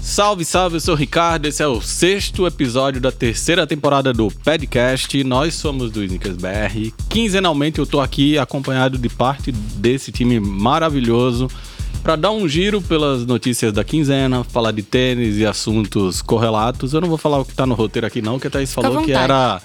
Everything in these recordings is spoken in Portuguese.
Salve, salve, eu sou o Ricardo. Esse é o sexto episódio da terceira temporada do podcast. Nós somos do Snickers BR. Quinzenalmente eu tô aqui acompanhado de parte desse time maravilhoso para dar um giro pelas notícias da quinzena, falar de tênis e assuntos correlatos. Eu não vou falar o que tá no roteiro aqui, não, que a Thaís falou que vontade. era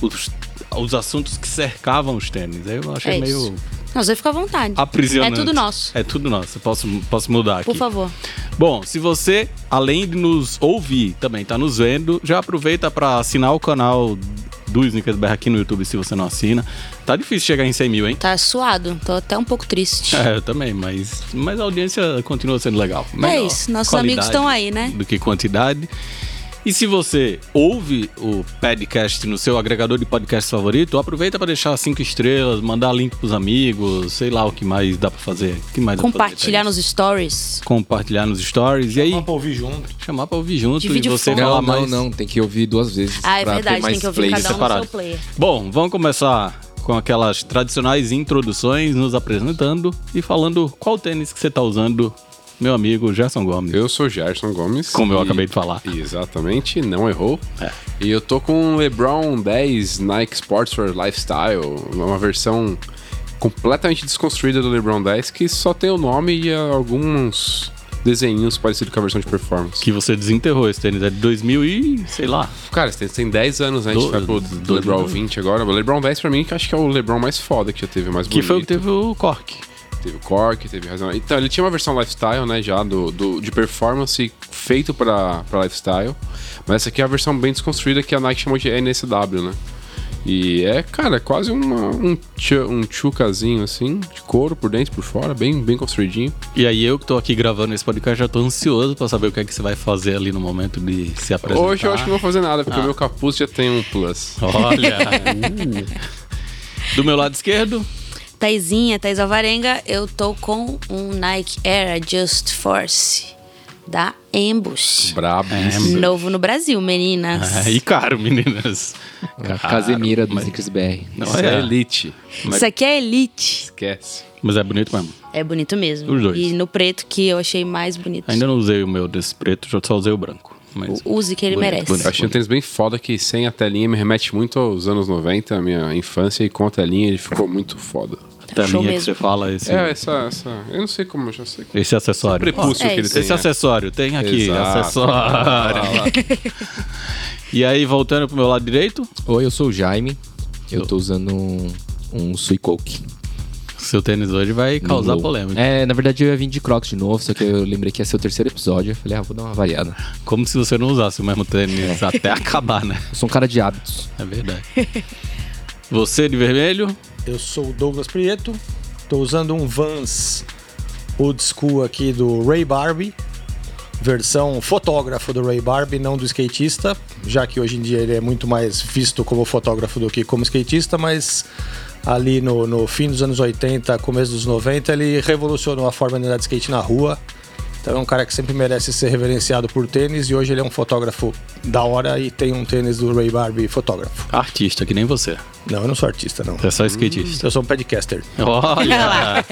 os, os assuntos que cercavam os tênis. Eu achei É meio isso. Não, você fica à vontade. aprisionante. É tudo nosso. É tudo nosso. Eu posso, posso mudar aqui. Por favor. Bom, se você, além de nos ouvir, também tá nos vendo, já aproveita para assinar o canal do Snickers BR aqui no YouTube, se você não assina. Tá difícil chegar em 100 mil, hein? Tá suado. Tô até um pouco triste. É, eu também, mas, mas a audiência continua sendo legal. É Melhor isso. Nossos qualidade amigos estão aí, né? Do que quantidade. E se você ouve o podcast no seu agregador de podcast favorito, aproveita para deixar cinco estrelas, mandar link pros amigos, sei lá o que mais dá para fazer. O que mais dá pra fazer, tá Compartilhar Thaís? nos stories. compartilhar nos stories. E aí, Vamos pra ouvir junto. chamar pra ouvir junto Divide e você fome. falar Não, não, mais. não, tem que ouvir duas vezes. Ah, é pra verdade. ter mais Tem que ouvir plays. cada um no separado. seu player. Bom, vamos começar com aquelas tradicionais introduções, nos apresentando e falando qual tênis que você tá usando, meu amigo Gerson Gomes. Eu sou Gerson Gomes. Como eu acabei de falar. É. Exatamente, não errou. E eu tô com um LeBron 10 Nike Sportswear Lifestyle, uma versão completamente desconstruída do LeBron 10 que só tem o nome e ah, alguns desenhinhos parecidos com a versão de performance. Que você desenterrou esse tênis, é de 2000 e sei lá. Cara, você tem, tem 10 anos, né? A gente Do- vai pro do- LeBron do- 20 agora. O LeBron 10 pra mim que eu acho que é o LeBron mais foda que já teve, mais Que bonito. foi o que teve o Cork. Teve o Cork, teve razão. Então, ele tinha uma versão lifestyle, né, já, do, do- de performance feito pra, pra lifestyle. Mas essa aqui é a versão bem desconstruída que a Nike chamou de NSW, né? E é, cara, quase uma- um, tchu- um tchucazinho assim, de couro por dentro e por fora, bem, bem construidinho. E aí eu que tô aqui gravando esse podcast, já tô ansioso pra saber o que é que você vai fazer ali no momento de se apresentar. Hoje eu acho que não vou fazer nada, porque o meu capuz já tem um plus. Olha! Do meu lado esquerdo, Taizinha, Taiz Alvarenga, eu tô com um Nike Air Just Force da Ambush. Brabíssimo. Novo no Brasil, meninas. É, e caro, meninas. um. A Casemira do Zickers BR. Não Isso é é. elite. Isso aqui é elite. Esquece. Mas é bonito mesmo. É bonito mesmo. Os dois. E no preto que eu achei mais bonito. Ainda não usei o meu desse preto, já só usei o branco. Mas Use que ele Bonito, merece. bonito. Eu achei um tênis bem foda que sem a telinha me remete muito aos anos 90, a minha infância, e com a telinha ele ficou muito foda. até a show minha que mesmo. você fala esse, É, essa, essa. Eu não sei como, eu já sei. esse acessório. Prepúcio É que ele isso. tem. Esse é. acessório, tem aqui, Exato. acessório. e aí, voltando pro meu lado direito, Oi, eu sou o Jaime. Eu tô usando um, um Suicoke. seu tênis hoje vai causar polêmica. É, na verdade eu ia vir de Crocs de novo, só que eu lembrei que ia ser o terceiro episódio. Eu falei, ah, vou dar uma variada. Como se você não usasse o mesmo É. tênis até acabar, né? Eu sou um cara de hábitos. É verdade. Você de vermelho, Eu sou o Douglas Prieto. Tô usando um Vans old school aqui do Ray Barbie. Versão fotógrafo do Ray Barbie, não do skatista, já que hoje em dia ele é muito mais visto como fotógrafo do que como skatista, mas ali no, no fim dos anos 80, começo dos 90, ele revolucionou a forma de andar de skate na rua. Então é um cara que sempre merece ser reverenciado por tênis e hoje ele é um fotógrafo da hora e tem um tênis do Ray Barbie fotógrafo. artista, que nem você. Não, eu não sou artista, não. Você é só skatista. Hum. Eu sou um podcaster. Olha Olha! lá.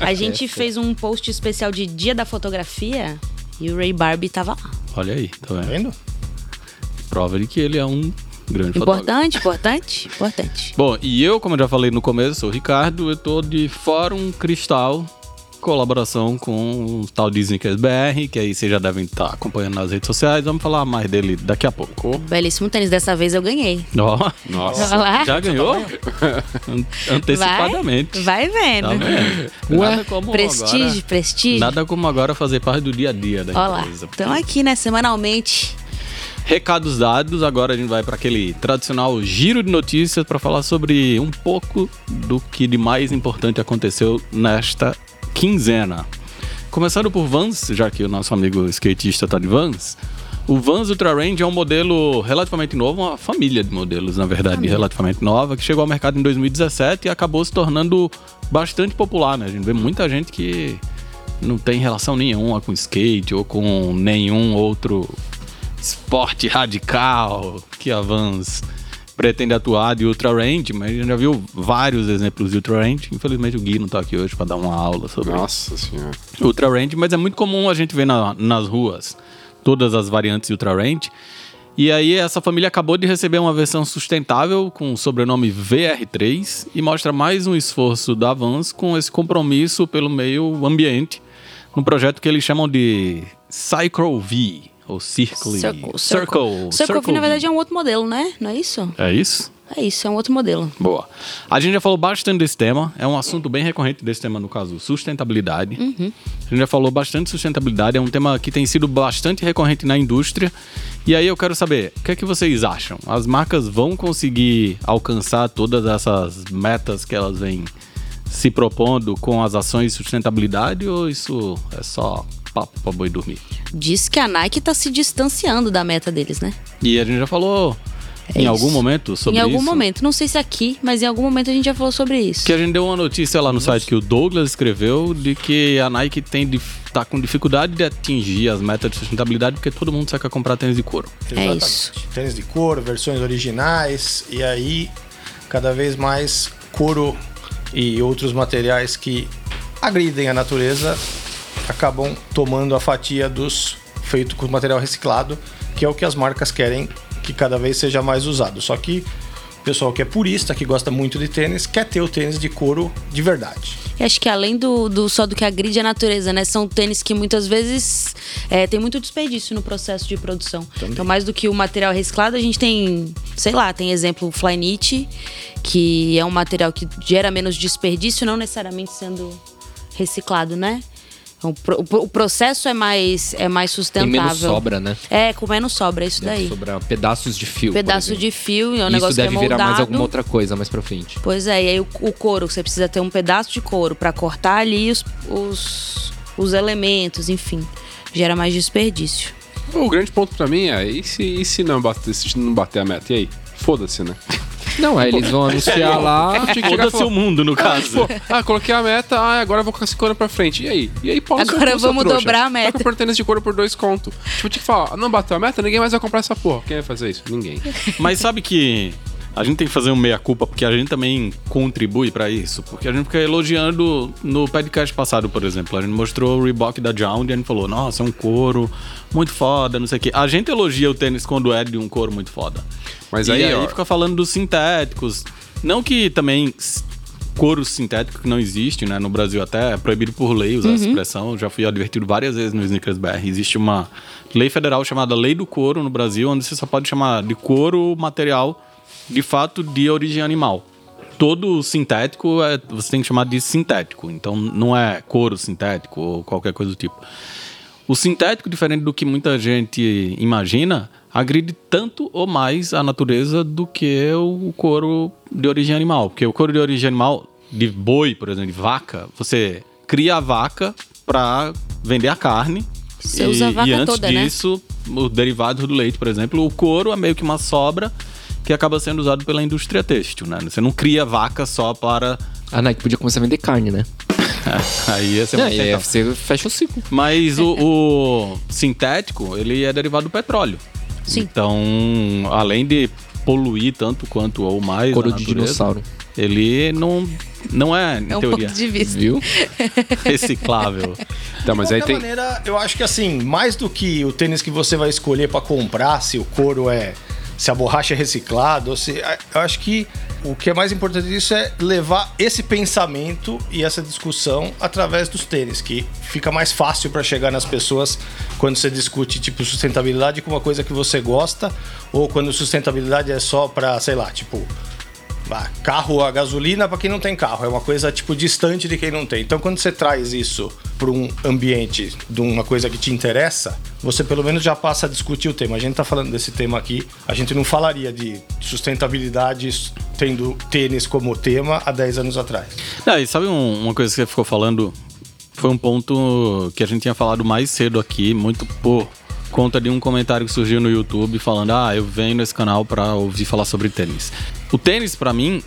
A gente fez um post especial de Dia da Fotografia e o Ray Barbie tava lá. Olha aí, tá Tá vendo? vendo? Prova de que ele é um grande fotógrafo. Importante, importante, importante. Bom, e eu, como eu já falei no começo, sou o Ricardo, eu tô de Fórum Cristal, colaboração com o tal Disney que é BR, que aí vocês já devem estar acompanhando nas redes sociais, vamos falar mais dele daqui a pouco. Belíssimo tênis, dessa vez eu ganhei. Ó, Nossa. Olha lá. já ganhou? An- Antecipadamente. Vai vendo. Tá vendo? Nada como prestígio, agora, prestígio. Nada é como agora fazer parte do dia a dia da Olha lá. empresa. Então aqui, né, semanalmente. Recados dados, agora a gente vai para aquele tradicional giro de notícias para falar sobre um pouco do que de mais importante aconteceu nesta quinzena. Começando por Vans, já que o nosso amigo skatista tá de Vans. O Vans Ultra Range é um modelo relativamente novo, uma família de modelos, na verdade, relativamente nova, que chegou ao mercado em 2017 e acabou se tornando bastante popular, né? A gente vê muita gente que não tem relação nenhuma com skate ou com nenhum outro esporte radical que a Vans pretende atuar de ultra range, mas a gente já viu vários exemplos de ultra range. Infelizmente o Gui não tá aqui hoje para dar uma aula sobre Nossa senhora. ultra range, mas é muito comum a gente ver na- nas ruas. todas as variantes ultra-range. E aí essa família acabou de receber uma versão sustentável com o sobrenome VR3 e mostra mais um esforço da Vans com esse compromisso pelo meio ambiente num projeto que eles chamam de Cycle V ou Circle Circle. Circle. Circle, Circle V, V. na verdade, é um outro modelo, né? Não é isso? É isso? É isso, é um outro modelo. Boa. A gente já falou bastante desse tema. É um assunto bem recorrente desse tema, no caso, sustentabilidade. Uhum. A gente já falou bastante de sustentabilidade. É um tema que tem sido bastante recorrente na indústria. E aí eu quero saber, o que é que vocês acham? As marcas vão conseguir alcançar todas essas metas que elas vêm se propondo com as ações de sustentabilidade? Ou isso é só papo pra boi dormir? Diz que a Nike tá se distanciando da meta deles, né? E a gente já falou... É em isso. algum momento sobre em algum isso? né? momento. Não sei se aqui, mas em algum momento a gente já falou sobre isso. Que a gente deu uma notícia lá no site que o Douglas escreveu de que a Nike tem dif- tá com dificuldade de atingir as metas de sustentabilidade porque todo mundo só quer comprar tênis de couro. É isso. Tênis de couro, versões originais e aí cada vez mais couro e outros materiais que agridem a natureza acabam tomando a fatia dos feito com material reciclado, que é o que as marcas querem que cada vez seja mais usado. Só que o pessoal que é purista, que gosta muito de tênis, quer ter o tênis de couro de verdade. E acho que além do, do- só do que agride a natureza, né? São tênis que muitas vezes é, tem muito desperdício no processo de produção. Então, mais do que o material reciclado, a gente tem, sei lá, tem exemplo o Flyknit, que é um material que gera menos desperdício, não necessariamente sendo reciclado, né? Então, o, pro- o pro- o processo é mais, é mais Tem sustentável. menos sobra, né? É, com menos sobra, é isso daí. Sobra pedaços de fio. por Pedaço exemplo. de fio, é um negócio Isso deve que é virar moldado. mais alguma outra coisa mais pra frente. Pois é, e aí o, o couro, você precisa ter um pedaço de couro pra cortar ali os, os, os elementos, enfim. Gera mais desperdício. O grande ponto pra mim é, e se, e se não, bater, se não bater a meta? E aí? Foda-se, né? Ah, Não, aí eles vão anunciar lá. Tinha que chegar e Foda-se falar, o mundo, no caso. Pô, ah, coloquei a meta, ah, agora eu vou com esse couro pra frente. E aí? E aí, Paulo, Agora vamos dobrar a meta. Tá comprando tênis de couro por dois conto. Tipo, tinha que falar, ah, não bateu a meta, ninguém mais vai comprar essa porra. Quem vai fazer isso? Ninguém. Mas sabe que a gente tem que fazer um meia-culpa porque a gente também contribui pra isso. Porque a gente fica elogiando no podcast passado, por exemplo. A gente mostrou o Reebok da Jound e a gente falou: nossa, é um couro muito foda, não sei o quê. A gente elogia o tênis quando é de um couro muito foda. Mas e aí, aí ó- fica falando dos sintéticos. Não que também s- couro sintético que não existe, né? No Brasil até é proibido por lei usar essa expressão. Eu Já fui advertido várias vezes no Snickers BR. Existe uma lei federal chamada Lei do Couro no Brasil, onde você só pode chamar de couro material de fato de origem animal. Todo sintético é- você tem que chamar de sintético. Então não é couro sintético ou qualquer coisa do tipo. O sintético, diferente do que muita gente imagina, agride tanto ou mais a natureza do que o couro de origem animal. Porque o couro de origem animal, de boi, por exemplo, de vaca, você cria a vaca para vender a carne. Você usa a vaca e antes toda, né? disso, o derivado do leite, por exemplo, o couro é meio que uma sobra que acaba sendo usado pela indústria têxtil, né? Você não cria vaca só para... A Nike é podia começar a vender carne, né? Aí ia ser Não, mais e aí rentável. você fecha o ciclo. Mas o, o sintético, ele é derivado do petróleo. Sim. Então, além de poluir tanto quanto ou mais Couro a de natureza, dinossauro. Ele não, não é, em É um teoria, ponto de vista. Viu? reciclável. Tá, mas De aí qualquer tem. maneira, eu acho que assim, mais do que o tênis que você vai escolher para comprar, se o couro é. se a borracha é reciclada, ou se. a- Eu acho que o que é mais importante disso é levar esse pensamento e essa discussão através dos tênis, que fica mais fácil para chegar nas pessoas quando você discute, tipo, sustentabilidade com uma coisa que você gosta, ou quando sustentabilidade é só para, sei lá, tipo, ah, carro a gasolina para quem não tem carro, é uma coisa tipo distante de quem não tem. Então quando você traz isso para um ambiente de uma coisa que te interessa, você pelo menos já passa a discutir o tema. A gente tá falando desse tema aqui, a gente não falaria de sustentabilidade tendo tênis como tema há 10 anos atrás. Não, e sabe um- uma coisa que você ficou falando? Foi um ponto que a gente tinha falado mais cedo aqui, muito por conta de um comentário que surgiu no YouTube falando: Ah, eu venho nesse canal pra ouvir falar sobre tênis. O tênis, pra mim,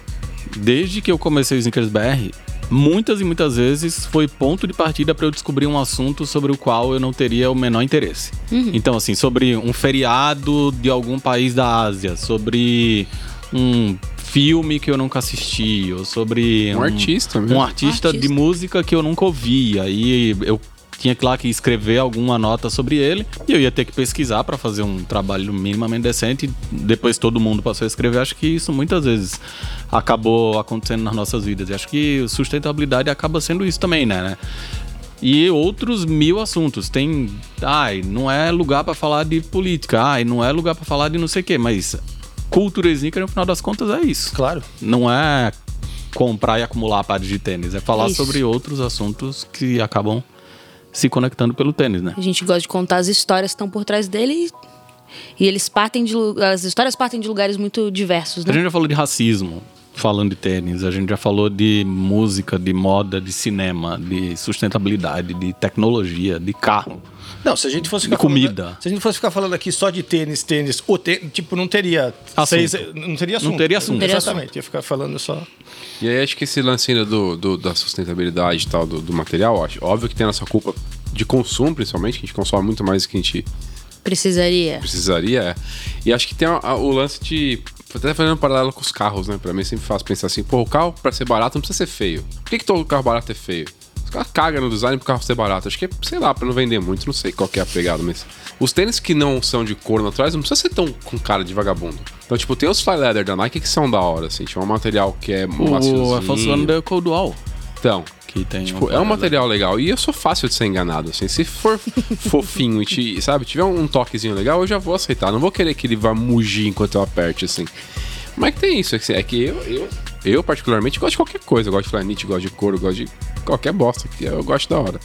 desde que eu comecei o Snickers BR, muitas e muitas vezes foi ponto de partida pra eu descobrir um assunto sobre o qual eu não teria o menor interesse. Então, assim, sobre um feriado de algum país da Ásia, sobre um filme que eu nunca assisti, ou sobre Um artista mesmo. um artista de Artista. música que eu nunca ouvi. Aí eu tinha que lá que escrever alguma nota sobre ele e eu ia ter que pesquisar para fazer um trabalho minimamente decente. Depois todo mundo passou a escrever. Acho que isso muitas vezes acabou acontecendo nas nossas vidas. E acho que sustentabilidade acaba sendo isso também, né? né? E outros mil assuntos. Tem, ai, não é lugar para falar de política, ai, não é lugar para falar de não sei o quê, mas cultura sneaker no final das contas é isso. Claro. Não é comprar e acumular pares de tênis, é falar Isso. sobre outros assuntos que acabam se conectando pelo tênis, né? A gente gosta de contar as histórias que estão por trás dele e, e eles partem de lu- as histórias partem de lugares muito diversos, A né? gente já falou de racismo, falando de tênis, a gente já falou de música, de moda, de cinema, de sustentabilidade, de tecnologia, de carro. Não, se a gente fosse E ficar falando- comida. se a gente fosse ficar falando aqui só de tênis, tênis, o tê- tipo, não teria Assunto. seis, não teria assunto. Não teria assunto. teria Exatamente, ia ficar falando só. E aí acho que esse lance ainda do, do- da sustentabilidade e tal, do, do material, acho, óbvio que tem a nossa culpa de consumo, principalmente, que a gente consome muito mais do que a gente Precisaria. precisaria. é. E acho que tem a- a- o lance de. Até fazendo um paralelo com os carros, né? Pra mim sempre faz pensar assim, pô, o carro pra ser barato não precisa ser feio. Por que, que todo carro barato é feio? Os caras cagam no design pro carro ser barato. Acho que é, sei lá, pra não vender muito, não sei qual que é a pegada, mas. Os tênis que não são de couro atrás não precisa ser tão com cara de vagabundo. Então, tipo, tem os fly leather da Nike que são da hora, assim. Tipo, é um material que é O Afonso maciozinho. Wander Cold Wall, Então, que tem Tipo, é um material legal. E eu sou fácil de ser enganado, assim. Se for fofinho e, te- sabe, tiver um toquezinho legal, eu já vou aceitar. Não vou querer que ele vá mugir enquanto eu aperte, assim. Mas que tem isso, é que- é que eu, eu, eu particularmente gosto de qualquer coisa. Eu gosto de flanite, gosto de couro, gosto de qualquer bosta que eu gosto da hora.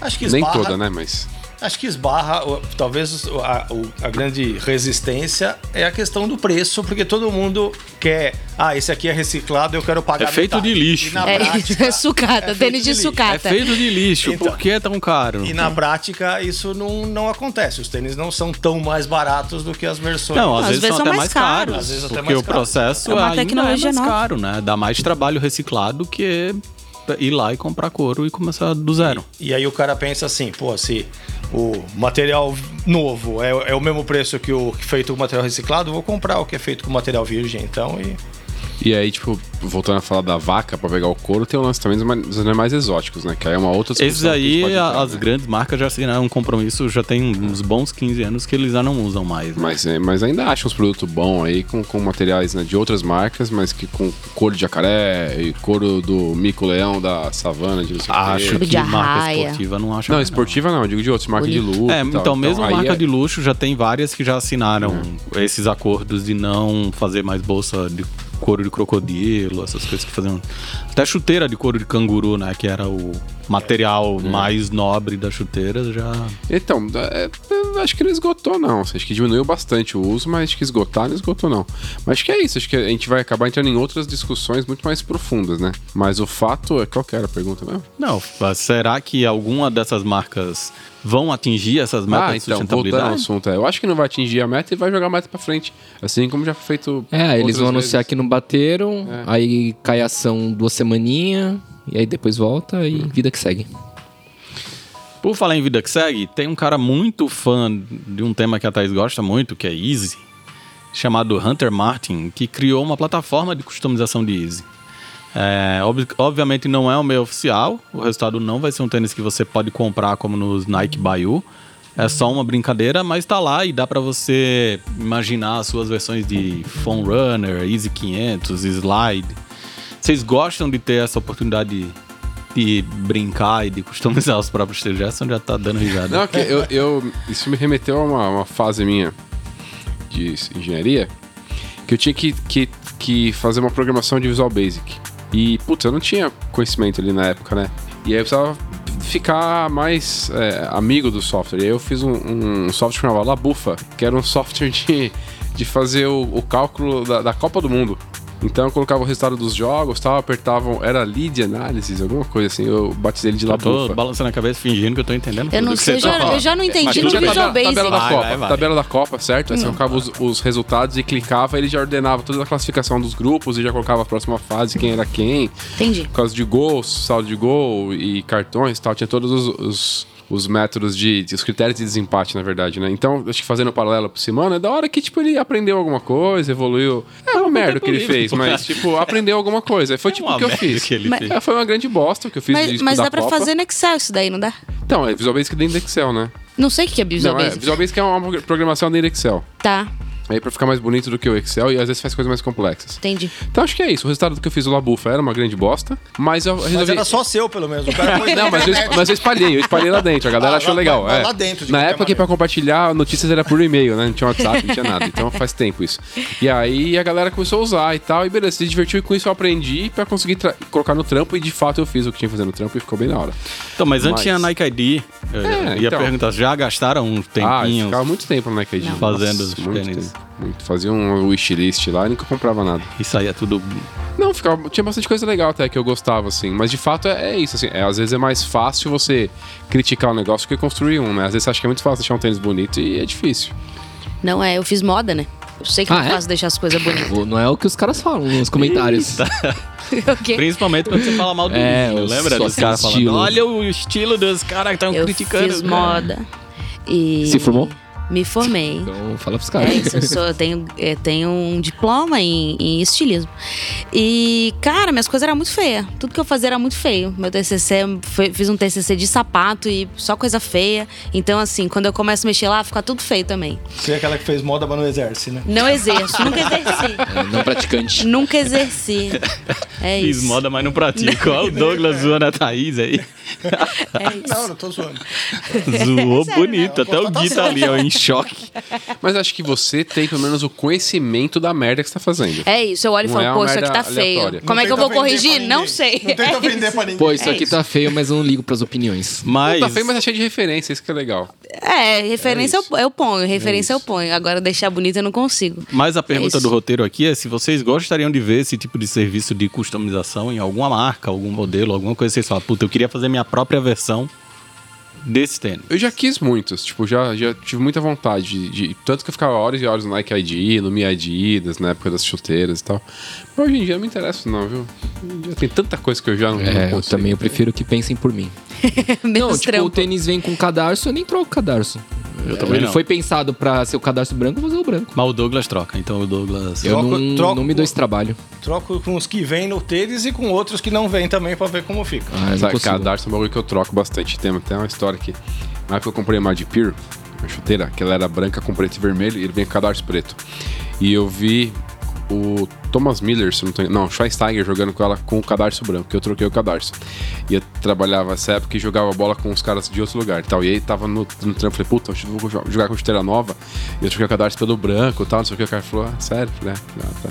Acho que Nem esbarra, toda, né? Mas. Acho que esbarra, o- talvez o- a, o- a grande resistência é a questão do preço, porque todo mundo quer, ah, esse aqui é reciclado, eu quero pagar É feito metade." de lixo. E na É, prática, é sucata, é feito tênis de de lixo. É sucata. feito de lixo, Então. por que é tão caro? E na prática isso não, não acontece. Os tênis não são tão mais baratos do que as versões. Não, às, Às vezes, vezes são são até mais mais caros. caros. Às vezes até porque mais o caros. processo É uma ainda é mais tecnologia nova. caro, né? Dá mais trabalho reciclado que ir lá e comprar couro e começar do zero. E aí o cara pensa assim, pô, se o material novo é, é o mesmo preço que o que feito com material reciclado, eu vou comprar o que é feito com material virgem, então. E... E aí, tipo, voltando a falar da vaca pra pegar o couro, tem o lance também dos ma- dos animais exóticos, né? Que aí é uma outra Esses discussão que a gente aí, pode a- entrar, é as né? grandes marcas já assinaram um compromisso, já tem uns bons 15 anos que eles já não usam mais. né? Mas, é, mas ainda acha uns produtos bons aí com, com materiais né, de outras marcas, mas que com couro de jacaré e couro do mico-leão da savana, de não sei o Acho quê. que Tipo De marca arraia. esportiva não acho. Não, mais, esportiva não, eu digo de outros, marca de luxo. É, e então, tal. mesmo aí marca é- Uhum. de luxo já tem várias que já assinaram esses acordos de não fazer mais bolsa de couro de crocodilo, essas coisas que faziam. Até chuteira de couro de canguru, né? Que era o material Uhum. mais nobre das chuteiras, já. Então, é, é, acho que não esgotou, não. Acho que diminuiu bastante o uso, mas acho que esgotar não esgotou, não. Mas acho que é isso, acho que a gente vai acabar entrando em outras discussões muito mais profundas, né? Mas o fato é qual que era a pergunta mesmo? Não, mas será que alguma dessas marcas vão atingir essas metas Ah, de então, voltando ao sustentabilidade? assunto, é, eu acho que não vai atingir a meta e vai jogar a meta pra frente. Assim como já foi feito. É, eles outras vão anunciar vezes. que não bateram, aí cai a ação duas semaninhas, e aí depois volta e vida que segue. Por falar em vida que segue, tem um cara muito fã de um tema que a Thaís gosta muito, que é Easy, chamado Hunter Martin, que criou uma plataforma de customização de Easy. É, ob- obviamente não é o meio oficial, o resultado não vai ser um tênis que você pode comprar como nos Nike Bayou. É só uma brincadeira, mas tá lá e dá pra você imaginar as suas versões de Phone Runner, Easy 500, Slide. Vocês gostam de ter essa oportunidade de brincar e de customizar os próprios tênis? Gerson já tá dando risada. Não, que eu, eu- isso me remeteu a uma, uma fase minha de engenharia que eu tinha que, que, que fazer uma programação de Visual Basic. E, putz, eu não tinha conhecimento ali na época, né? E aí eu precisava ficar mais é, amigo do software. E aí eu fiz um, um software chamado Labufa, que era um software de, de fazer o, o cálculo da, da Copa do Mundo. Então eu colocava o resultado dos jogos, tal, apertavam, era lead analysis, alguma coisa assim, eu batizei ele de Eu tô Labufa. balançando a cabeça fingindo que eu tô entendendo. Eu tudo não que sei, você já- tá falando. eu já não entendi no tinha Visual é tabela- Basic. Hum. Tabela da Vai, Copa, vai, vai. tabela da Copa, certo? Aí você colocava os, os resultados e clicava, ele já ordenava toda a classificação dos grupos e já colocava a próxima fase, quem era quem, Entendi. por causa de gols, saldo de gol e cartões e tal, tinha todos os, os, os métodos de, de- os critérios de desempate, na verdade, né? Então, acho que fazendo um paralelo pro Simano, é da hora que, tipo, ele aprendeu alguma coisa, evoluiu. É, foi uma merda o que ele livre, fez, pô. mas, tipo, aprendeu alguma coisa. Foi tipo É uma o que eu merda fiz. que ele Mas- fez. É, foi uma grande bosta o que eu fiz de Mas, disco mas da dá pra Copa. fazer no Excel isso daí, não dá? Então, é Visual Basic dentro do Excel, né? Não sei o que é Visual Não, é, Basic. Visual Basic é uma programação dentro do Excel. Tá, Aí pra ficar mais bonito do que o Excel e às vezes faz coisas mais complexas. entendi. Então acho que é isso. O resultado do que eu fiz do Labufa era uma grande bosta, mas eu resolvi... Mas era só seu, pelo menos. O cara foi... Não, mas eu, mas eu espalhei, eu espalhei lá dentro. A galera Ah, achou lá- legal. lá- é. lá dentro, de Na qualquer época que maneira. pra compartilhar notícias era por e-mail, né? Não tinha WhatsApp, não tinha nada. Então faz tempo isso. E aí a galera começou a usar e tal. E beleza, se divertiu e com isso eu aprendi pra conseguir tra- colocar no trampo. E de fato eu fiz o que tinha que fazer no trampo e ficou bem na hora. Então, mas antes Mas- tinha a Nike ID. Eu É, ia então. perguntar, já gastaram um Ah, isso tempinho? ficava muito tempo, né, Cade? Fazendo os muito tênis. tempo, muito. Fazia um wishlist lá e nunca comprava nada. isso aí é tudo. Não, ficava, tinha bastante coisa legal até que eu gostava, assim. Mas de fato é, é isso, assim. É, às vezes é mais fácil você criticar um negócio que construir um, né? Às vezes você acha que é muito fácil achar um tênis bonito e é difícil. Não, é, eu fiz moda, né? Eu sei que Ah, não é? faço deixar as coisas bonitas. Pô, Não é o que os caras falam nos comentários. O quê? Principalmente quando você fala mal do É, livro, eu lembra só dos caras tenho falando? estilo. Olha o estilo dos caras que estão Eu criticando. né? fiz cara." moda. E Se formou? Me formei. Então fala pros É caras. isso, eu, sou, eu tenho, eu tenho um diploma em, em estilismo. E, cara, minhas coisas eram muito feias. Tudo que eu fazia era muito feio. Meu TCC, foi- fiz um TCC de sapato e só coisa feia. Então, assim, quando eu começo a mexer lá, fica tudo feio também. Você é aquela que fez moda, mas não exerce, né? Não exerço, nunca exerci. Não praticante. Nunca exerci. É Fiz isso. moda, mas não pratico. Olha o Douglas zoando a Thaís aí. É isso. Não, não tô zoando. Zoou Sério, né? bonito. não, Até o Gui tá ali, ó, em choque. Mas acho que você tem pelo menos o conhecimento da merda que você tá fazendo. É isso, eu olho e Não é falo, uma pô, isso aqui tá merda feio. aleatória. Como Não é que eu tenta vou vender pra corrigir? ninguém. Não sei. Não tenta vender pra ninguém. Pô, isso É aqui isso. tá feio, mas eu não ligo pras opiniões. Mas. Tá feio, mas é cheio de referência, isso que é legal. É, referência É eu, eu ponho, referência eu ponho. Agora deixar bonita eu não consigo. Mas a pergunta isso. do roteiro aqui é se vocês gostariam de ver esse tipo de serviço de customização em alguma marca, algum modelo, alguma coisa que vocês falam, puta, eu queria fazer minha própria versão desse tênis. Eu já quis muitos, tipo, já, já tive muita vontade de, de- Tanto que eu ficava horas e horas no Nike ID, no Mi Adidas, na época das chuteiras e tal. Mas hoje em dia não me interessa, não, viu? Hoje em dia tem tanta coisa que eu já não. É, não eu consigo. também eu prefiro que pensem por mim. É Menos não, tipo, o trampo. tênis vem com cadarço, eu nem troco o cadarço. Eu Ele foi pensado pra ser o cadarço branco, eu vou usar o branco. Mas o Douglas troca, então o Douglas. Eu Troco- não, troco- não me dou esse trabalho. Troco com os que vêm no tênis e com outros que não vêm também pra ver como fica. Ah, eu não Sabe, consigo. cadarço é um bagulho que eu troco bastante. Tem até uma história aqui. Na época eu comprei uma de Pure, uma chuteira, que ela era branca com preto e vermelho, e ele vem com cadarço preto. E eu vi o Thomas Miller, se não tô Não, o Schweinsteiger jogando com ela com o cadarço branco, que eu troquei o cadarço. E eu trabalhava essa época e jogava bola com os caras de outro lugar e tal. E aí tava no, no trampo, falei, puta, eu vou jo- jogar com chuteira nova. E eu troquei o cadarço pelo branco e tal, não sei o que. O cara falou, ah, sério, né? Ah, tá.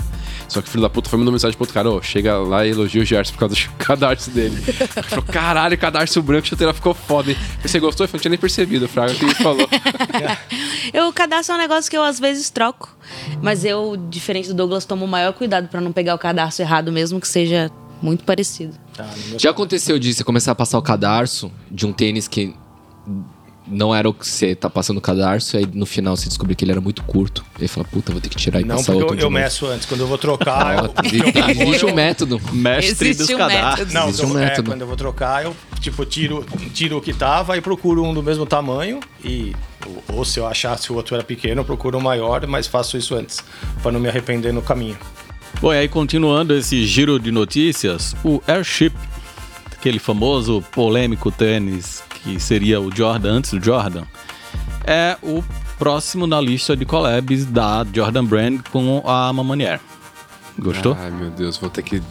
Só que o filho da puta foi me mandar mensagem pro outro cara, ô, chega lá e elogia o Gerson por causa do cadarço dele. Ele falou, caralho, cadarço branco, chuteira ficou foda, hein? Você gostou? Eu falei, não tinha nem percebido, o Fraga que ele falou. Eu o cadastro é um negócio que eu às vezes troco. Mas eu, diferente do Douglas, tomo o maior cuidado pra não pegar o cadastro errado, mesmo que seja muito parecido. Já aconteceu de você começar a passar o cadarço de um tênis que não era o que você tá passando o cadarço, aí no final você descobre que ele era muito curto. Aí fala, puta, vou ter que tirar e Não, passar porque outro. eu, de eu novo. Ah, meço antes. Quando eu vou trocar, eu, Existe- Existe um método. Mestre Existe dos um cadastros. método. Não, Existe um eu- é, método. quando eu vou trocar, eu tipo, tiro, tiro o que tava e procuro um do mesmo tamanho. E, ou, ou se eu achasse o outro era pequeno, eu procuro um maior, mas faço isso antes, pra não me arrepender no caminho. Bom, e aí continuando esse giro de notícias, o Airship, aquele famoso polêmico tênis que seria o Jordan antes do Jordan, é o próximo na lista de collabs da Jordan Brand com a Mamonier. Gostou? Ai, meu Deus, vou ter que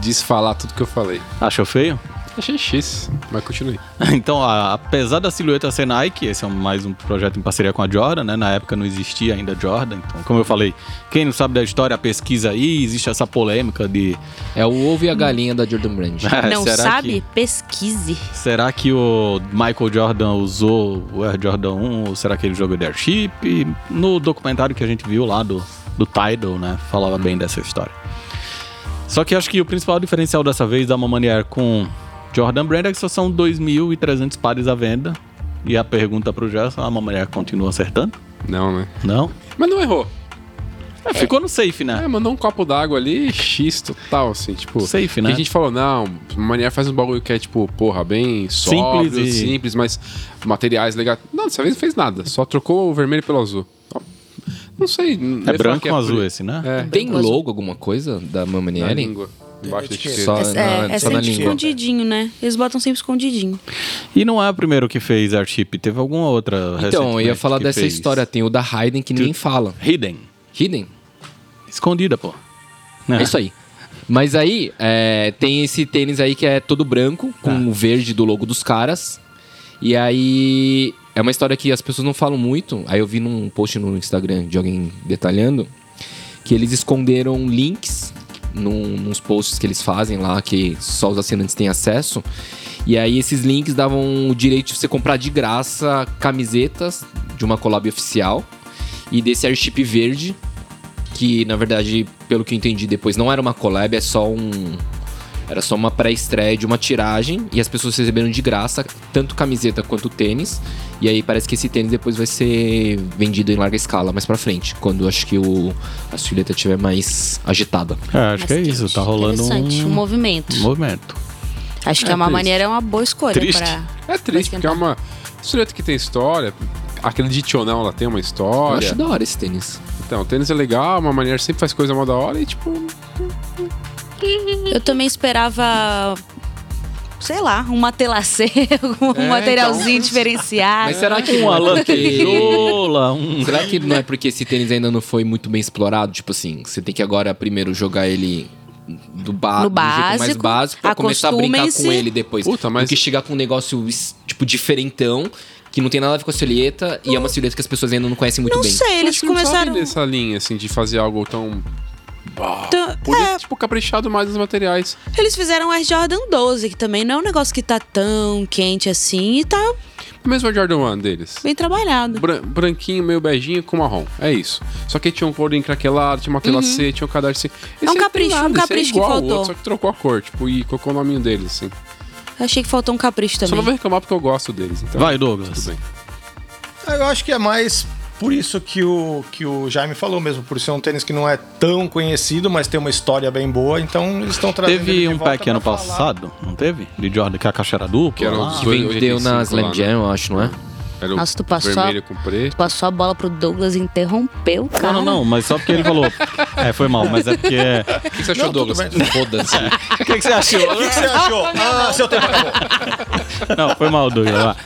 desfalar tudo que eu falei. Achou feio? Achei X, mas continue. Então, a- apesar da silhueta ser Nike, esse é um- mais um projeto em parceria com a Jordan, né? Na época não existia ainda Jordan. Então, como eu falei, quem não sabe da história, pesquisa aí, existe essa polêmica de. É o ovo e a galinha da Jordan Brand. não Ah, será sabe? que- Pesquise. Será que o Michael Jordan usou o Air Jordan 1 ou será que ele jogou de Airship? E no documentário que a gente viu lá do, do Tidal, né? Falava bem dessa história. Só que acho que o principal diferencial dessa vez da Mamani Air com Jordan Brand é que só são 2.300 pares à venda. E a pergunta pro Gerson, a Mamani Air continua acertando? Não, né? Não? Mas não errou. É, ficou no safe, É, né? mandou um copo d'água ali, X total, assim, tipo. Safe, que né? a gente falou, não, Manier faz um bagulho que é, tipo, porra, bem sóbrio, Simples e- simples, mas materiais legais. Não, dessa vez não fez nada, só trocou o vermelho pelo azul. Ó, Não sei. É branco ou azul esse, É né? É, Tem Mas- logo alguma coisa da na Mamanieri? língua. Embaixo da etiqueta. etiqueta. Só É, é na, só na sempre língua. escondidinho, né? Eles botam sempre escondidinho. E não é o primeiro que fez Archip, teve alguma outra Então, eu ia recentemente falar que dessa fez. história. Tem o da Hayden que ninguém fala. Hidden. Hidden? Escondida, pô. É isso aí. Mas aí, é, tem esse tênis aí que é todo branco, com o verde do logo dos caras. E aí, é uma história que as pessoas não falam muito. Aí eu vi num post no Instagram de alguém detalhando que eles esconderam links num, nos posts que eles fazem lá, que só os assinantes têm acesso. E aí, esses links davam o direito de você comprar de graça camisetas de uma collab oficial e desse airship verde que na verdade, pelo que eu entendi depois, não era uma collab, é só um era só uma pré-estreia de uma tiragem e as pessoas receberam de graça tanto camiseta quanto tênis. E aí parece que esse tênis depois vai ser vendido em larga escala mais pra frente, quando acho que o a silhueta estiver mais agitada. É, acho que é Mas isso, tá rolando Interessante, um um movimento. movimento. Acho que É a uma triste. maneira é uma boa escolha Triste. pra... É triste, Vai porque é uma. Silhueta que tem história. Acredite ou não, ela tem uma Eu história. acho da hora esse tênis. Então, tênis é legal, uma maneira sempre faz coisa mó da hora e tipo. Eu também esperava, sei lá, um matelassê, algum É, materialzinho então. diferenciado. Mas será que Um não é Alan porque... Queirola, um... Será que não é porque esse tênis ainda não foi muito bem explorado? Tipo assim, você tem que agora primeiro jogar ele do, ba No do jeito mais básico, básico pra começar a brincar com acostumem-se. ele depois. Puta, mas- Do que chegar com um negócio es- tipo diferentão, que não tem nada a ver com a silhueta e é uma silhueta que as pessoas ainda não conhecem muito Não bem. sei, eles acho que não começaram... sabe nessa linha, assim, de fazer algo tão. Tã- Podia, tipo, caprichado mais nos materiais. é, Eles fizeram o Air Jordan 12, que também não é um negócio que tá tão quente assim e tá Mesmo a Jordan 1 deles. bem trabalhado. Bran- branquinho, meio beijinho com marrom. É isso. Só que tinha um cor encraquelado, tinha uma quelacê, tinha um cadarço. Esse Uhum. um aí não tem capricho, um esse é capricho que igual ao faltou. Outro, só que trocou a cor, tipo, e colocou o nominho deles, assim. Eu achei que faltou um capricho Só também. não vou reclamar porque eu gosto deles, então. Vai, Douglas. Tudo bem. Ah, Eu acho que é mais por isso que o, que o Jaime falou mesmo, por ser um tênis que não é tão conhecido, mas tem uma história bem boa, então eles estão trazendo. ele de Teve um volta pack pra ano falar. passado, não teve? De Jordan, que é a caixa era dupla. Que era lá. os Que Foi vendeu na 85 Slam lá, Jam, eu acho, não é? Era o Nossa, tu passou a- vermelho com preto. Passou a bola pro Douglas e interrompeu, Não, cara. não, não, mas só porque ele falou. É, foi mal, mas é porque. O que você achou, Douglas? Foda-se. O que, que você achou? O que que você achou? Ah, seu tempo acabou. Não, foi mal, Douglas. lá.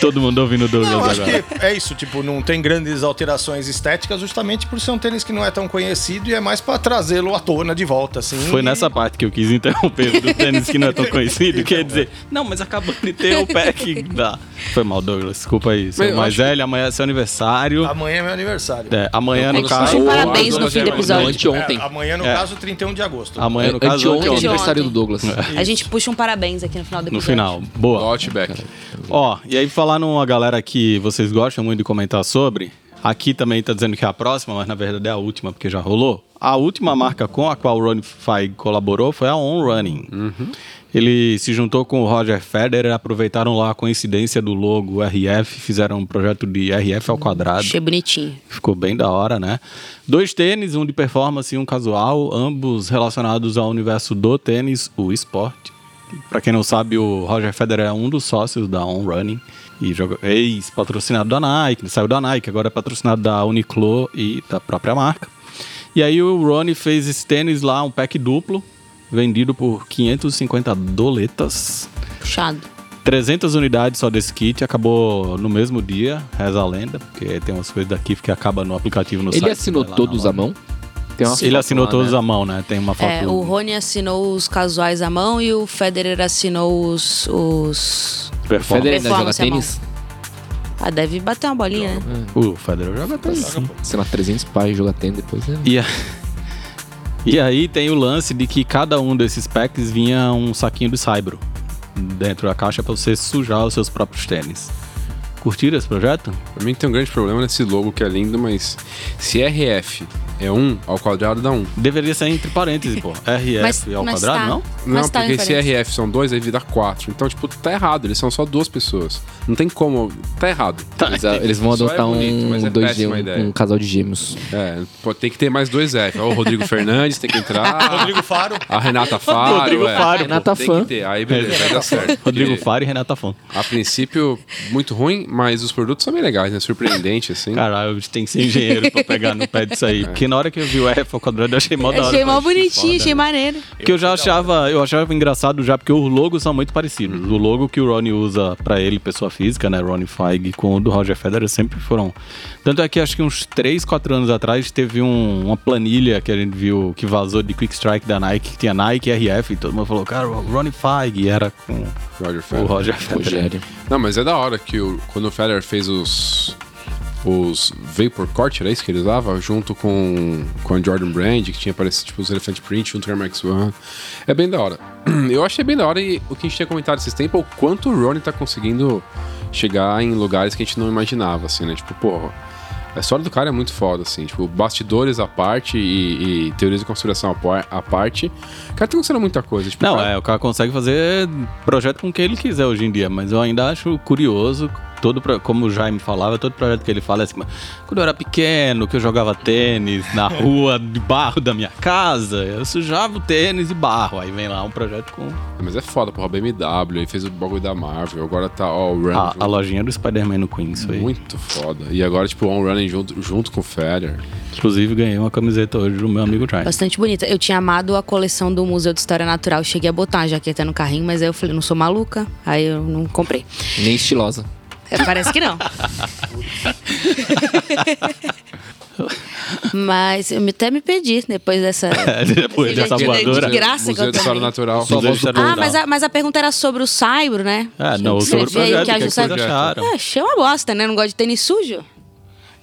Todo mundo ouvindo o Douglas Não, acho agora. que é isso, tipo, não tem grandes alterações estéticas, justamente por ser um tênis que não é tão conhecido e é mais pra trazê-lo à tona de volta, assim. Foi e- nessa parte que eu quis interromper do tênis que não é tão conhecido. Quer dizer, não, mas acabou de ter o pack da. Foi mal, Douglas. Desculpa aí. Você é Mas eu mais acho que- velho, amanhã é seu aniversário. Amanhã é meu aniversário. É, amanhã, Eu no consigo- caso. parabéns Ah, no fim do Douglas, é episódio. mais- Anteontem. É, amanhã, no É. caso, 31 de agosto. Amanhã, no caso, Anteontem é o anteontem. aniversário do Douglas. A gente puxa um parabéns aqui no final do No episódio. final. Boa. Do Outback. Ó, e aí falar numa galera que vocês gostam muito de comentar sobre. Aqui também tá dizendo que é a próxima, mas na verdade é a última, porque já rolou. A última marca com a qual o Ronnie Fieg colaborou foi a On Running. Ele se juntou com o Roger Federer, aproveitaram lá a coincidência do logo RF, fizeram um projeto de RF ao quadrado. Achei bonitinho. Ficou bem da hora, né? Dois tênis, um de performance e um casual, ambos relacionados ao universo do tênis, o esporte. Pra quem não sabe, o Roger Federer é um dos sócios da On Running e joga- ex-patrocinado da Nike, ele saiu da Nike, agora é patrocinado da Uniqlo e da própria marca. E aí o Ronnie fez esse tênis lá, um pack duplo, vendido por 550 doletas. Puxado. 300 unidades só desse kit, acabou no mesmo dia, reza a lenda, porque tem umas coisas da Kif que acaba no aplicativo no site. Ele assinou vai lá todos na loja. à mão? Tem uma Ele foto assinou lá, todos né? à mão, né? Tem uma foto. É, o Rony assinou os casuais à mão e o Federer assinou os. os... performance. Federer ainda joga Performance à mão. tênis? Ah, deve bater uma bolinha, né? O Federer joga até isso. Sei lá, 300 pais joga tênis depois. É... E, a- e aí tem o lance de que cada um desses packs vinha um saquinho de saibro dentro da caixa pra você sujar os seus próprios tênis. Curtiram esse projeto? Pra mim tem um grande problema nesse logo que é lindo, mas se RF é 1 ao quadrado dá 1. Deveria ser entre parênteses, pô. RF ao quadrado, tá. não? Não, Mas tá porque é em se parênteses. RF são dois, aí vira 4. Então, tipo, tá errado. Eles são só duas pessoas. Não tem como. Tá errado. Eles, ah, eles vão Só é adotar bonito, mas um, é dois péssima gê- ideia. um casal de gêmeos. É, pô, tem que ter mais dois F. Ó, o Rodrigo Fernandes tem que entrar. Rodrigo Faro. A Renata Faro. Rodrigo é. Faro, pô. Renata tem Fã. que ter. Aí beleza, vai dar certo. Rodrigo Porque, Faro e Renata Fon. A princípio, muito ruim, mas os produtos são bem legais, né? Surpreendente, assim. Caralho, tem que ser engenheiro pra pegar no pé disso aí. Porque na hora que eu vi o F ao quadrado, eu É. achei mó da hora. Achei mó Falei, que bonitinho, foda, né? achei maneiro. Que eu já achava, eu achava engraçado já, porque os logos são muito parecidos. O logo que o Ronnie usa pra ele, pessoa física, né? Ronnie Feig com o do Roger Federer sempre foram. Tanto é que acho que uns 3, 4 anos atrás teve um- uma planilha que a gente viu que vazou de Quick Strike da Nike, que tinha Nike RF, e todo mundo falou, cara, o Ronnie Feig e era com Roger o Federer. Roger Federer. Rogério. Não, mas é da hora que o- quando o Federer fez os. Os Vapor Court, era isso que ele usava? Junto com, com a Jordan Brand, que tinha parecido tipo os Elephant Print, junto com a Air Max One. É bem da hora. Eu achei bem da hora e o que a gente tinha comentado esses tempos é o quanto o Ronnie tá conseguindo chegar em lugares que a gente não imaginava, assim, né? Tipo, porra, a história do cara é muito foda, assim. Tipo, bastidores à parte e, e teorias de conspiração à par- à parte. O cara tá conseguindo muita coisa. Tipo, Não, cara, é, o cara consegue fazer projeto com o que ele quiser hoje em dia, mas eu ainda acho curioso, todo pro- como o Jaime falava, todo projeto que ele fala é assim, "Mas quando eu era pequeno, que eu jogava tênis na rua de barro da minha casa, eu sujava o tênis e barro, aí vem lá um projeto com Mas é foda, porra, BMW, aí fez o bagulho da Marvel, agora tá, ó, o Run a, junto, a lojinha do Spider-Man no Queens, foi. muito foda. E agora, tipo, on running junto, junto com o Federer. Inclusive ganhei uma camiseta hoje do meu amigo Jaime. Bastante bonita. Eu tinha amado a coleção do Museu de História Natural. Cheguei a botar uma jaqueta no carrinho, mas aí eu falei, não sou maluca. Aí eu não comprei. Nem estilosa. É, Parece que não. Mas eu me- até me perdi depois dessa. É, Depois Esse dessa jeito de- de voadora. graça. que Museu eu de História também. Natural. Só Museu de vou- História- Ah, mas a, mas a pergunta era sobre o Saibro, né? Ah, não, Escrevi sobre o aí projeto, o que que a que vocês Jussara- acharam? É, achei uma bosta, né? Não gosto de tênis sujo.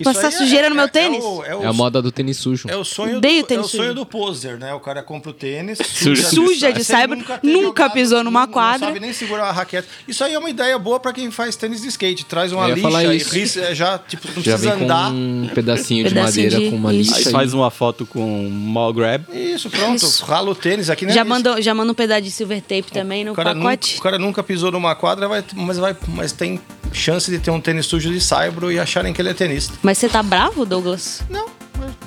Passar Isso aí é- tá sujeira no meu é- tênis? É, o, é, o, É a moda do tênis sujo. é o sonho, do, Odeio é o tênis sonho sujo. do poser, né? O cara compra o tênis, Suja. Suja de Aí você saibro, tem nunca pisou não- numa Não quadra. sabe nem segurar a raqueta. Isso aí é uma ideia boa pra quem faz tênis de skate. Traz uma Eu ia lixa falar e isso. riça, já, tipo, não Já vem precisa com andar. um pedacinho de Pedacinho madeira de- com uma isso. Aí lixa. faz uma foto com um mall grab. Isso, pronto. Rala o tênis aqui, né? Já Isso. mandou, já manda um pedaço de silver tape também no O cara, pacote. nunca, o cara nunca pisou numa quadra, vai- mas, vai, mas tem chance de ter um tênis sujo de saibro e acharem que ele é tenista. Mas você tá bravo, Douglas? Não,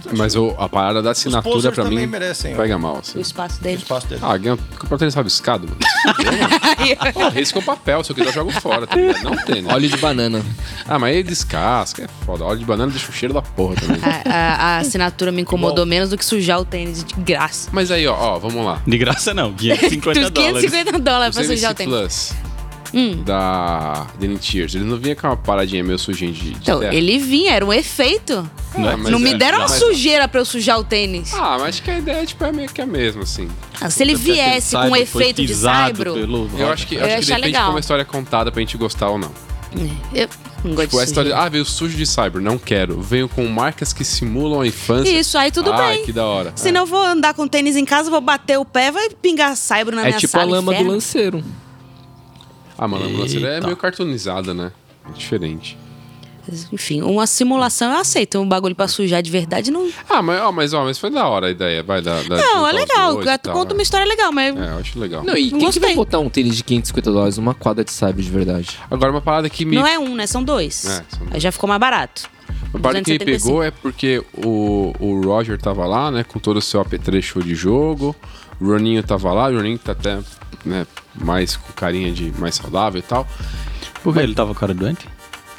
mas Mas o- a parada da Os assinatura posers pra também mim merecem, ó. pega mal. O Assim. espaço o dele. espaço dele. Ah, ganha comprar tênis rabiscado, mano. Esse que é o papel, se eu quiser eu jogo fora, tá ligado? Não tem, né? Óleo de banana. Ah, mas aí descasca, é foda. Óleo de banana deixa o cheiro da porra também. É, A, a- a assinatura me incomodou menos do que sujar o tênis de graça. Mas aí, ó, ó, vamos lá. De graça não, 550 Dos dólares. 550 dólares Os pra sujar MC o tênis. Plus Hum. da Denim Tears, ele não vinha com uma paradinha meio sujinha de, de Então, terra. ele vinha, era um efeito. Ah, mas não me é, deram uma mas- sujeira pra eu sujar o tênis. Ah, mas acho que a ideia tipo, é meio que a mesma, assim. Ah, se ele viesse com um Saibro foi efeito de pisado saibro, pelo Eu acho que, Eu acho ia que achar depende legal. de como a história é contada pra gente gostar ou não. eu não gosto Tipo, a de sujeira. história. Ah, veio sujo de cyber, não quero. Venho com marcas que simulam a infância. Isso, aí tudo Ai, bem. que da hora. Se não, eu vou andar com tênis em casa, vou bater o pé, vai pingar saibro na É minha tipo a sala. lama do inferno. lanceiro. Ah, mano, a ambulância é Eita. meio cartoonizada, né? É diferente. Enfim, uma simulação eu aceito. Um bagulho pra sujar de verdade não. Ah, mas, ó, mas, ó, mas foi da hora a ideia, vai da. Não, da juntar é os legal. dois e Tu tal, conta né? é. uma história legal, mas. É, eu acho legal. Não, e Não quem que vai gostei. botar um tênis de 550 dólares numa quadra de saibro de verdade? Agora, uma parada que me Não é um, né? São dois. É, são dois. Aí já ficou mais barato. A parte que me 275. pegou é porque o, o Roger tava lá, né? Com todo o seu apetrecho de jogo. O Roninho tava lá, o Roninho tá até né, mais com carinha de mais saudável e tal. Por que ele tava com cara doente?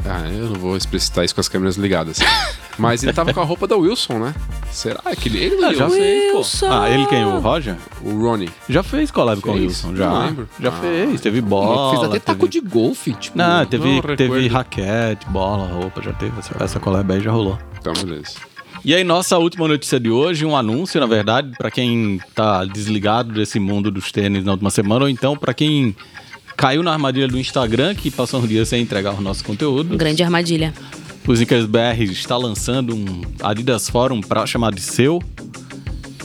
Ah, eu não vou explicitar isso com as câmeras ligadas. Mas ele tava com a roupa da Wilson, né? Será que ele, ele não Ah, já viu? fez, pô. Wilson! Ah, ele quem? O Roger? O Ronnie. Já fez collab com o Fez? Wilson, Não já. lembro. Já Ah. fez, teve bola. Fez até taco teve... de golfe, tipo. Não, teve, recuerdo. teve raquete, bola, roupa, já teve. Essa, essa collab aí já rolou. Então, beleza. E aí, nossa última notícia de hoje, um anúncio, na verdade, pra quem tá desligado desse mundo dos tênis na última semana, ou então pra quem caiu na armadilha do Instagram, que passou uns dias sem entregar o nosso conteúdo. Um Grande armadilha. O Sneakers BR está lançando um Adidas Forum para chamar de seu.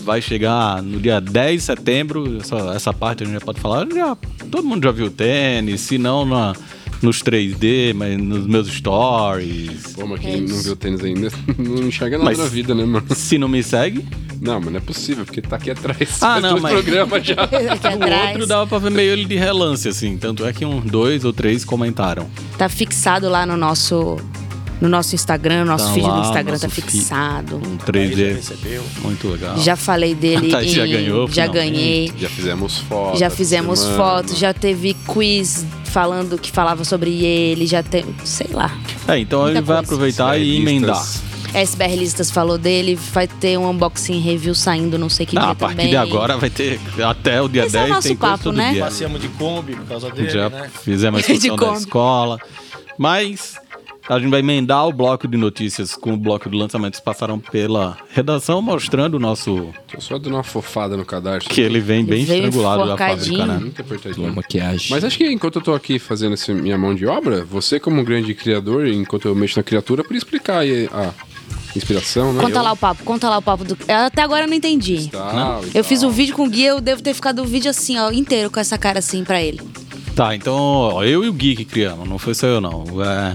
Vai chegar no dia 10 de setembro. Essa, essa parte a gente já pode falar. Já, todo mundo já viu o tênis. Se não, na nos 3D, mas nos meus stories. Pô, mas É quem não isso. viu tênis ainda não enxerga nada Mas- na vida, né, mano? Se não me segue, Não, mas não é possível, porque tá aqui atrás. Ah, Faz não, dois mas- programas já. Aqui o outro atrás. dava pra ver meio ele de relance, assim. Tanto é que um, dois ou três comentaram. Tá fixado lá no nosso. No nosso Instagram, no nosso Tá feed lá, do Instagram nosso tá feed. fixado. Um Aí já 3D recebeu. muito legal. Já falei dele. Tá, já em- ganhou, Já finalmente. ganhei. Já fizemos fotos. já fizemos semana. fotos, já teve quiz falando que falava sobre ele, já tem. sei lá. É, então Muita ele vai coisa. aproveitar e Revistas. emendar. SBR Listas falou dele, vai ter um unboxing review saindo, não sei que Ah, dia a partir também. de agora vai ter até o dia Esse é o 10 nosso tem coisa papo, todo né? dia. Passeamos de Kombi por causa dele, Já né? fizemos a De excursão da Kombi. escola. Mas a gente vai emendar o bloco de notícias com o bloco de lançamentos que passaram pela redação, mostrando o nosso. Tô só dando uma fofada no cadarço. que ele vem bem veio estrangulado da fábrica, enforcadinho. né? Muito É Uma apertadinho. maquiagem. Mas acho que enquanto eu tô aqui fazendo essa minha mão de obra, você como um grande criador, enquanto eu mexo na criatura, por explicar aí a inspiração, né? Conta Eu- lá o papo, conta lá o papo do. Eu Até agora eu não entendi. Tal, e Eu fiz tal. o vídeo com o Gui, eu devo ter ficado o vídeo assim, ó, inteiro com essa cara assim pra ele. Tá, então ó, eu e o Gui que criamos, não foi só eu não. É,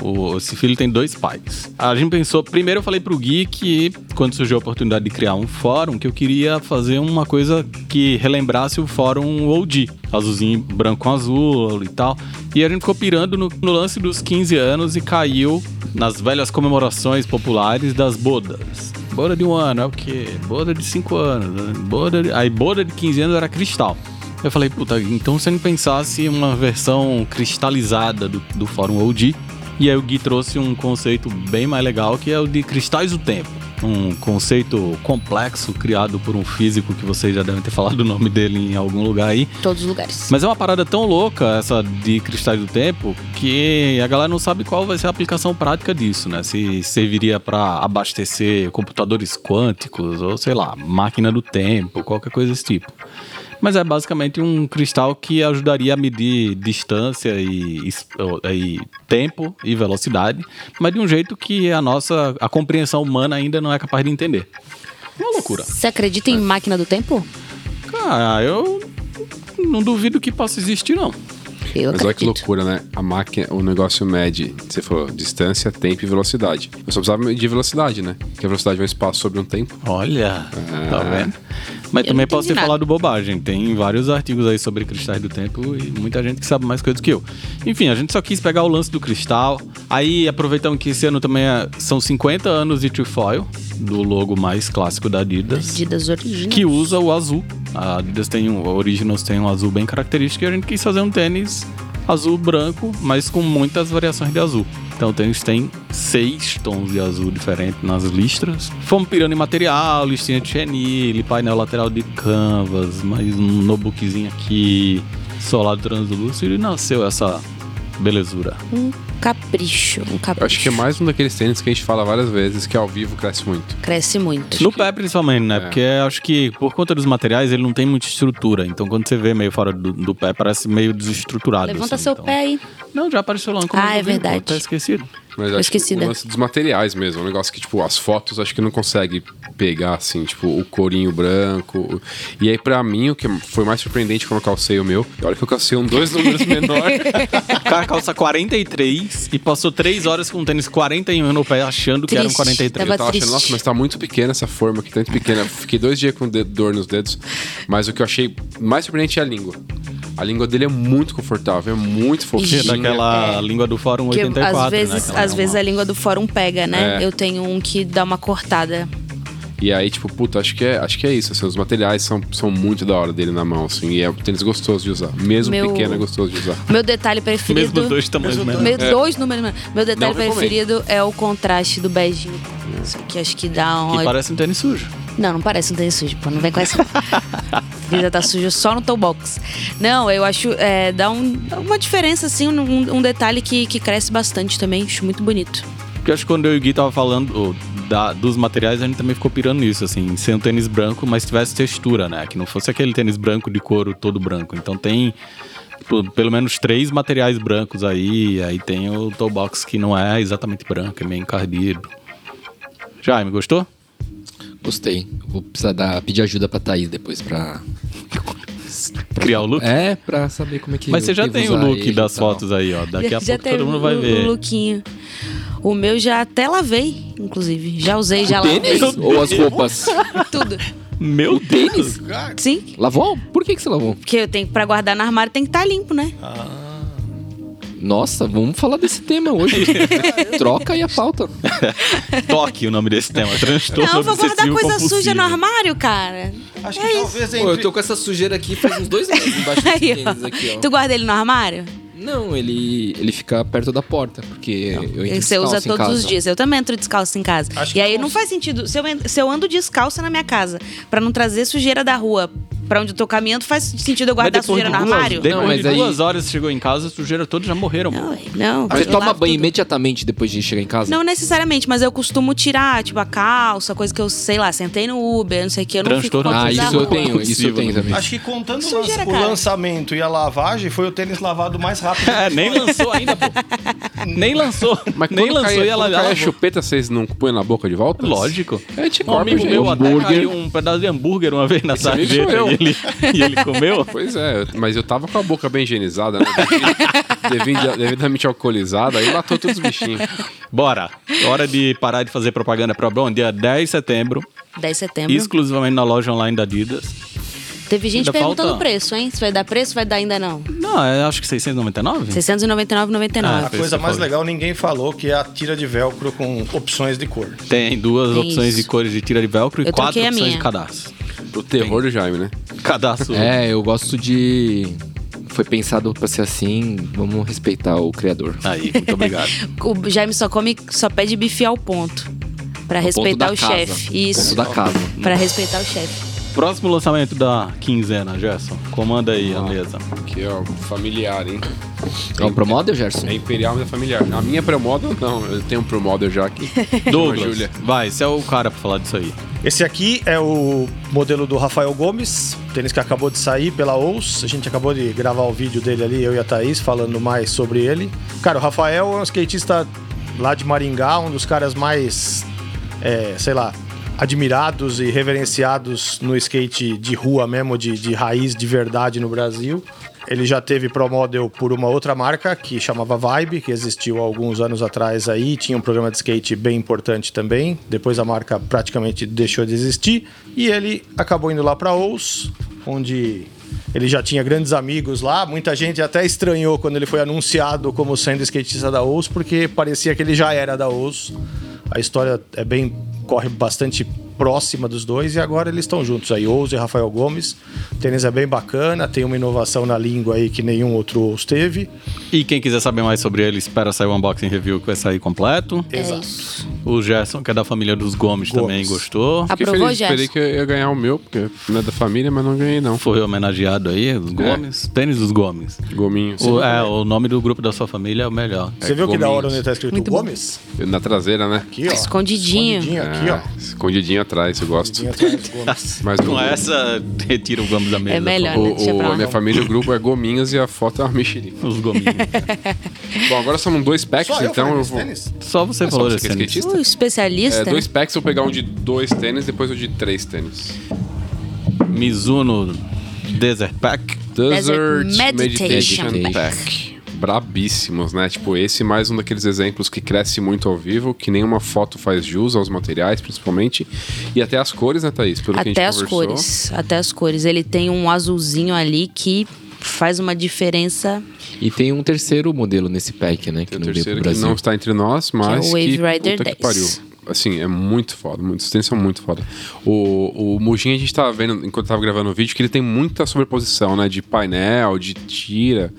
o, esse filho tem dois pais. A gente pensou, primeiro eu falei pro Gui que quando surgiu a oportunidade de criar um fórum, que eu queria fazer uma coisa que relembrasse o fórum OG, azulzinho, branco com azul e tal. E a gente ficou pirando no, no lance dos 15 anos e caiu nas velhas comemorações populares das bodas. Boda de um ano é o quê? Boda de cinco anos. né? Boda de... Aí boda de 15 anos era cristal. Eu falei, puta, então se a gente pensasse uma versão cristalizada do, do Fórum OG, e aí o Gui trouxe um conceito bem mais legal, que é o de cristais do tempo. Um conceito complexo criado por um físico que vocês já devem ter falado o nome dele em algum lugar aí, Em todos os lugares. mas é uma parada tão louca, essa de cristais do tempo, que a galera não sabe qual vai ser a aplicação prática disso, né? Se serviria para abastecer computadores quânticos, ou sei lá, máquina do tempo, qualquer coisa desse tipo. Mas é basicamente um cristal que ajudaria a medir distância e, es- e tempo e velocidade, mas de um jeito que a nossa a compreensão humana ainda não é capaz de entender. É Uma loucura. Você acredita em máquina do tempo? Cara, eu não duvido que possa existir, não. Eu Mas olha que acredito. loucura, né? A máquina, o negócio mede, você falou, distância, tempo e velocidade. Eu só precisava medir velocidade, né? Porque a velocidade é um espaço sobre um tempo. Olha, tá vendo? Mas Ah. Eu também não posso ter entendi nada. falado bobagem. Tem vários artigos aí sobre cristais do tempo e muita gente que sabe mais coisas que eu. Enfim, a gente só quis pegar o lance do cristal. Aí aproveitamos que esse ano também é- são 50 anos de Trefoil, do logo mais clássico da Adidas, Perdidas originais. que usa o azul. A Adidas tem um, a Originals tem um azul bem característico e a gente quis fazer um tênis azul branco, mas com muitas variações de azul. Então o tênis tem seis tons de azul diferentes nas listras. Fomos pirando em material, listinha de chenille, painel lateral de canvas, mais um notebookzinho aqui, solado translúcido e nasceu essa belezura. Um capricho, um capricho. Eu acho que é mais um daqueles tênis que a gente fala várias vezes, que ao vivo cresce muito. Cresce muito. No pé, principalmente, né? Porque acho que, por conta dos materiais, ele não tem muita estrutura. Então, quando você vê meio fora do, do pé, parece meio é desestruturado. Levanta assim, seu então. pé Um aí. Não, já apareceu lá no Ah, é comentário, verdade. pô, Tá esquecido. Mas Eu acho que esqueci né? o da- lance dos materiais mesmo. Um negócio que, tipo, as fotos acho que não consegue pegar, assim, tipo, o corinho branco. E aí, pra mim, o que foi mais surpreendente quando eu calcei o meu, e olha que eu calcei um dois números menor. O cara calça 43 e passou 3 horas com um tênis 41 no pé, achando que era um Triste. 43. Tava eu tava triste. achando, nossa, mas tá muito pequena essa forma aqui, tanto pequena. Eu Fiquei dois dias com de- dor nos dedos, mas o que eu achei mais surpreendente é a língua. A língua dele é muito confortável, é muito Que é fofinha. daquela língua do Fórum Porque 84, às né? vezes, Aquela às vezes é a normal. língua do fórum pega, né? É. Eu tenho um que dá uma cortada. E aí, tipo, puta, acho que é, acho que é isso. Assim, os materiais são, são muito da hora dele na mão, assim. E é um tênis gostoso de usar. Mesmo Meu- pequeno, é gostoso de usar. Meu detalhe preferido. Mesmo dois tamanhos mesmo. Meu, Dois números. mano. Meu detalhe né? É. Não recomendo. preferido é o contraste do beijinho. Isso aqui acho que dá um. Que parece um tênis sujo. Não, não parece um tênis sujo, pô. Não vem com essa. Vida tá suja só no toe box. Não, eu acho. É, dá, um- dá uma diferença, assim, um, um detalhe que, que cresce bastante também. Acho muito bonito. Porque eu acho que quando eu e o Gui tava falando ô, da- dos materiais, a gente também ficou pirando nisso, assim, ser um tênis branco, mas tivesse textura, né? Que não fosse aquele tênis branco de couro todo branco. Então tem tipo, pelo menos três materiais brancos aí, aí tem o toe box que não é exatamente branco, é meio encardido. Jaime, gostou? Gostei. Vou precisar dar, pedir ajuda pra Thaís depois pra. pra criar o look? É, pra saber como é que Mas você já que então. tem o usar look ele e das tal. fotos aí, ó. Daqui a já pouco teve todo mundo vai o- ver. O lookinho. O meu já até lavei, inclusive. Já usei, já lavei. Tênis ou as roupas? Tudo. Meu Deus! Sim. lavou? Por que, que você lavou? Porque eu tenho pra guardar no armário tem que estar limpo, né? Nossa, vamos falar desse tema hoje. Troca aí a pauta. Toque o nome desse tema. Transtorno Não, vou guardar obsessivo coisa compulsivo. suja no armário, cara. Acho É que talvez entre... Pô, eu tô com essa sujeira aqui faz uns dois anos embaixo desse Aí, ó. tênis aqui, ó. Tu guarda ele no armário? Não, ele, ele fica perto da porta, porque eu entro Você usa descalço em todos casa. os dias. Eu também entro descalço em casa. Acho e que aí cons- não faz sentido. Se eu, en- se eu ando descalça na minha casa, pra não trazer sujeira da rua pra onde eu tô caminhando, faz sentido eu Mas guardar depois sujeira de no duas, armário? Depois Não, mas de aí- duas horas você chegou em casa, a sujeira toda já morreram. Não, ué, não. Você eu toma lavo banho tudo. imediatamente depois de chegar em casa? Não necessariamente, mas eu costumo tirar, tipo, a calça, coisa que eu, sei lá, sentei no Uber, não sei o que, eu não é fico Transtorno com Ah, aquilo obsessivo na isso eu rua. tenho, isso eu compulsivo tenho no também. Acho que contando o, Sujeira, lan- o cara. lançamento e a lavagem, foi o tênis lavado mais rápido. É, nem lançou ainda, pô. Nem lançou. Mas nem quando lançou cai, e ela quando ela- cai é a chupeta, vocês não põem na boca de volta? Lógico. É de Um corpo, amigo gente. meu até Hambúrguer. caiu um pedaço de hambúrguer uma vez na amigo sarjeta sou eu. e ele, e ele comeu. Pois é, eu- mas eu tava com a boca bem higienizada, né? Devido- Devidamente alcoolizada, aí matou todos os bichinhos. Bora. Hora de parar de fazer propaganda pra Brown. Dia 10 de setembro, 10 de setembro. exclusivamente na loja online da Adidas. Teve gente Ainda perguntando o falta- preço, hein? Se vai dar preço, vai dar ainda não. Não, eu acho que 699? R$ 699,99. Ah, A coisa mais Foi isso, legal ninguém falou que é a tira de velcro com opções de cor. Tem duas Tem opções isso. de cores de tira de velcro e Eu quatro troquei a opções de minha. cadastro. O terror do Jaime, né? Cadastro. É, eu gosto de. Foi pensado pra ser assim, vamos respeitar o criador. Aí, muito obrigado. o Jaime só come, só pede bife ao ponto. Pra respeitar da o casa. chefe. Ponto Isso. da casa. Pra respeitar o chefe. Próximo lançamento da quinzena, Gerson. Comanda aí, Andresa. Que ó, familiar, hein? É um promodel, Gerson? É imperial, mas é familiar. A minha pré-model, não. Eu tenho um pré-model já aqui. Chama Douglas, Júlia. vai, você é o cara pra falar disso aí. Esse aqui é o modelo do Rafael Gomes, tênis que acabou de sair pela OUS. A gente acabou de gravar o vídeo dele ali, eu e a Thaís, falando mais sobre ele. Cara, o Rafael é um skatista lá de Maringá, um dos caras mais, é, sei lá, admirados e reverenciados no skate de rua mesmo, de, de raiz, de verdade no Brasil. Ele já teve Pro Model por uma outra marca que chamava Vibe, que existiu há alguns anos atrás aí, tinha um programa de skate bem importante também. Depois a marca praticamente deixou de existir e ele acabou indo lá para Ous, onde ele já tinha grandes amigos lá. Muita gente até estranhou quando ele foi anunciado como sendo skatista da Ous, porque parecia que ele já era da Ous. A história é bem corre bastante próxima dos dois e agora eles estão juntos aí, Ouso e Rafael Gomes. O tênis é bem bacana, tem uma inovação na língua aí que nenhum outro Ouso teve. E quem quiser saber mais sobre ele, espera sair o unboxing review que vai sair completo. É isso. O Gerson, que é da família dos Gomes, Gomes. também gostou. Fiquei Aprovou, feliz, esperei Gerson? que eu ia ganhar o meu, porque não é da família, mas não ganhei, não. Foi homenageado aí, os Gomes. Tênis dos Gomes. Gominho. O, é, o nome do grupo da sua família é o melhor. Você viu que Gomes. da hora onde está escrito Muito bom. Gomes? é. Na traseira, né? Aqui, ó. Escondidinho. Escondidinho aqui, ó. É, escondidinho atrás, eu gosto. Escondidinho atrás, Gomes. Mas o- Com essa, retira o Gomes da mesa. É melhor, por né? Deixa o- pra a lá. minha família, o grupo é Gominhas e a foto é uma mexerica. favor. Os Gominhos. Bom, agora são dois packs, Só eu então falei eu dos vou. tênis? Só você É só falou você desse que é tênis. skatista? O É, especialista. né? dois packs, eu vou pegar um de dois tênis, depois um de três tênis. Mizuno Desert Pack. Desert, Meditation Pack. Meditation, Pack. Brabíssimos, né? Tipo, esse é mais um daqueles exemplos que cresce muito ao vivo, que nenhuma foto faz jus aos materiais, principalmente. E até as cores, né, Thaís? Pelo que a gente Até as conversou. cores. Até as cores. Ele tem um azulzinho ali que faz uma diferença. E tem um terceiro modelo nesse pack, né? Que Tem o não veio pro terceiro que Brasil. não está entre nós, mas. é Wave Rider puta 10. que pariu. Assim, é muito foda, muito, os tênis são muito foda. O, o Mujin, a gente tava vendo, enquanto tava gravando o vídeo, que ele tem muita sobreposição, né? De painel, de tira.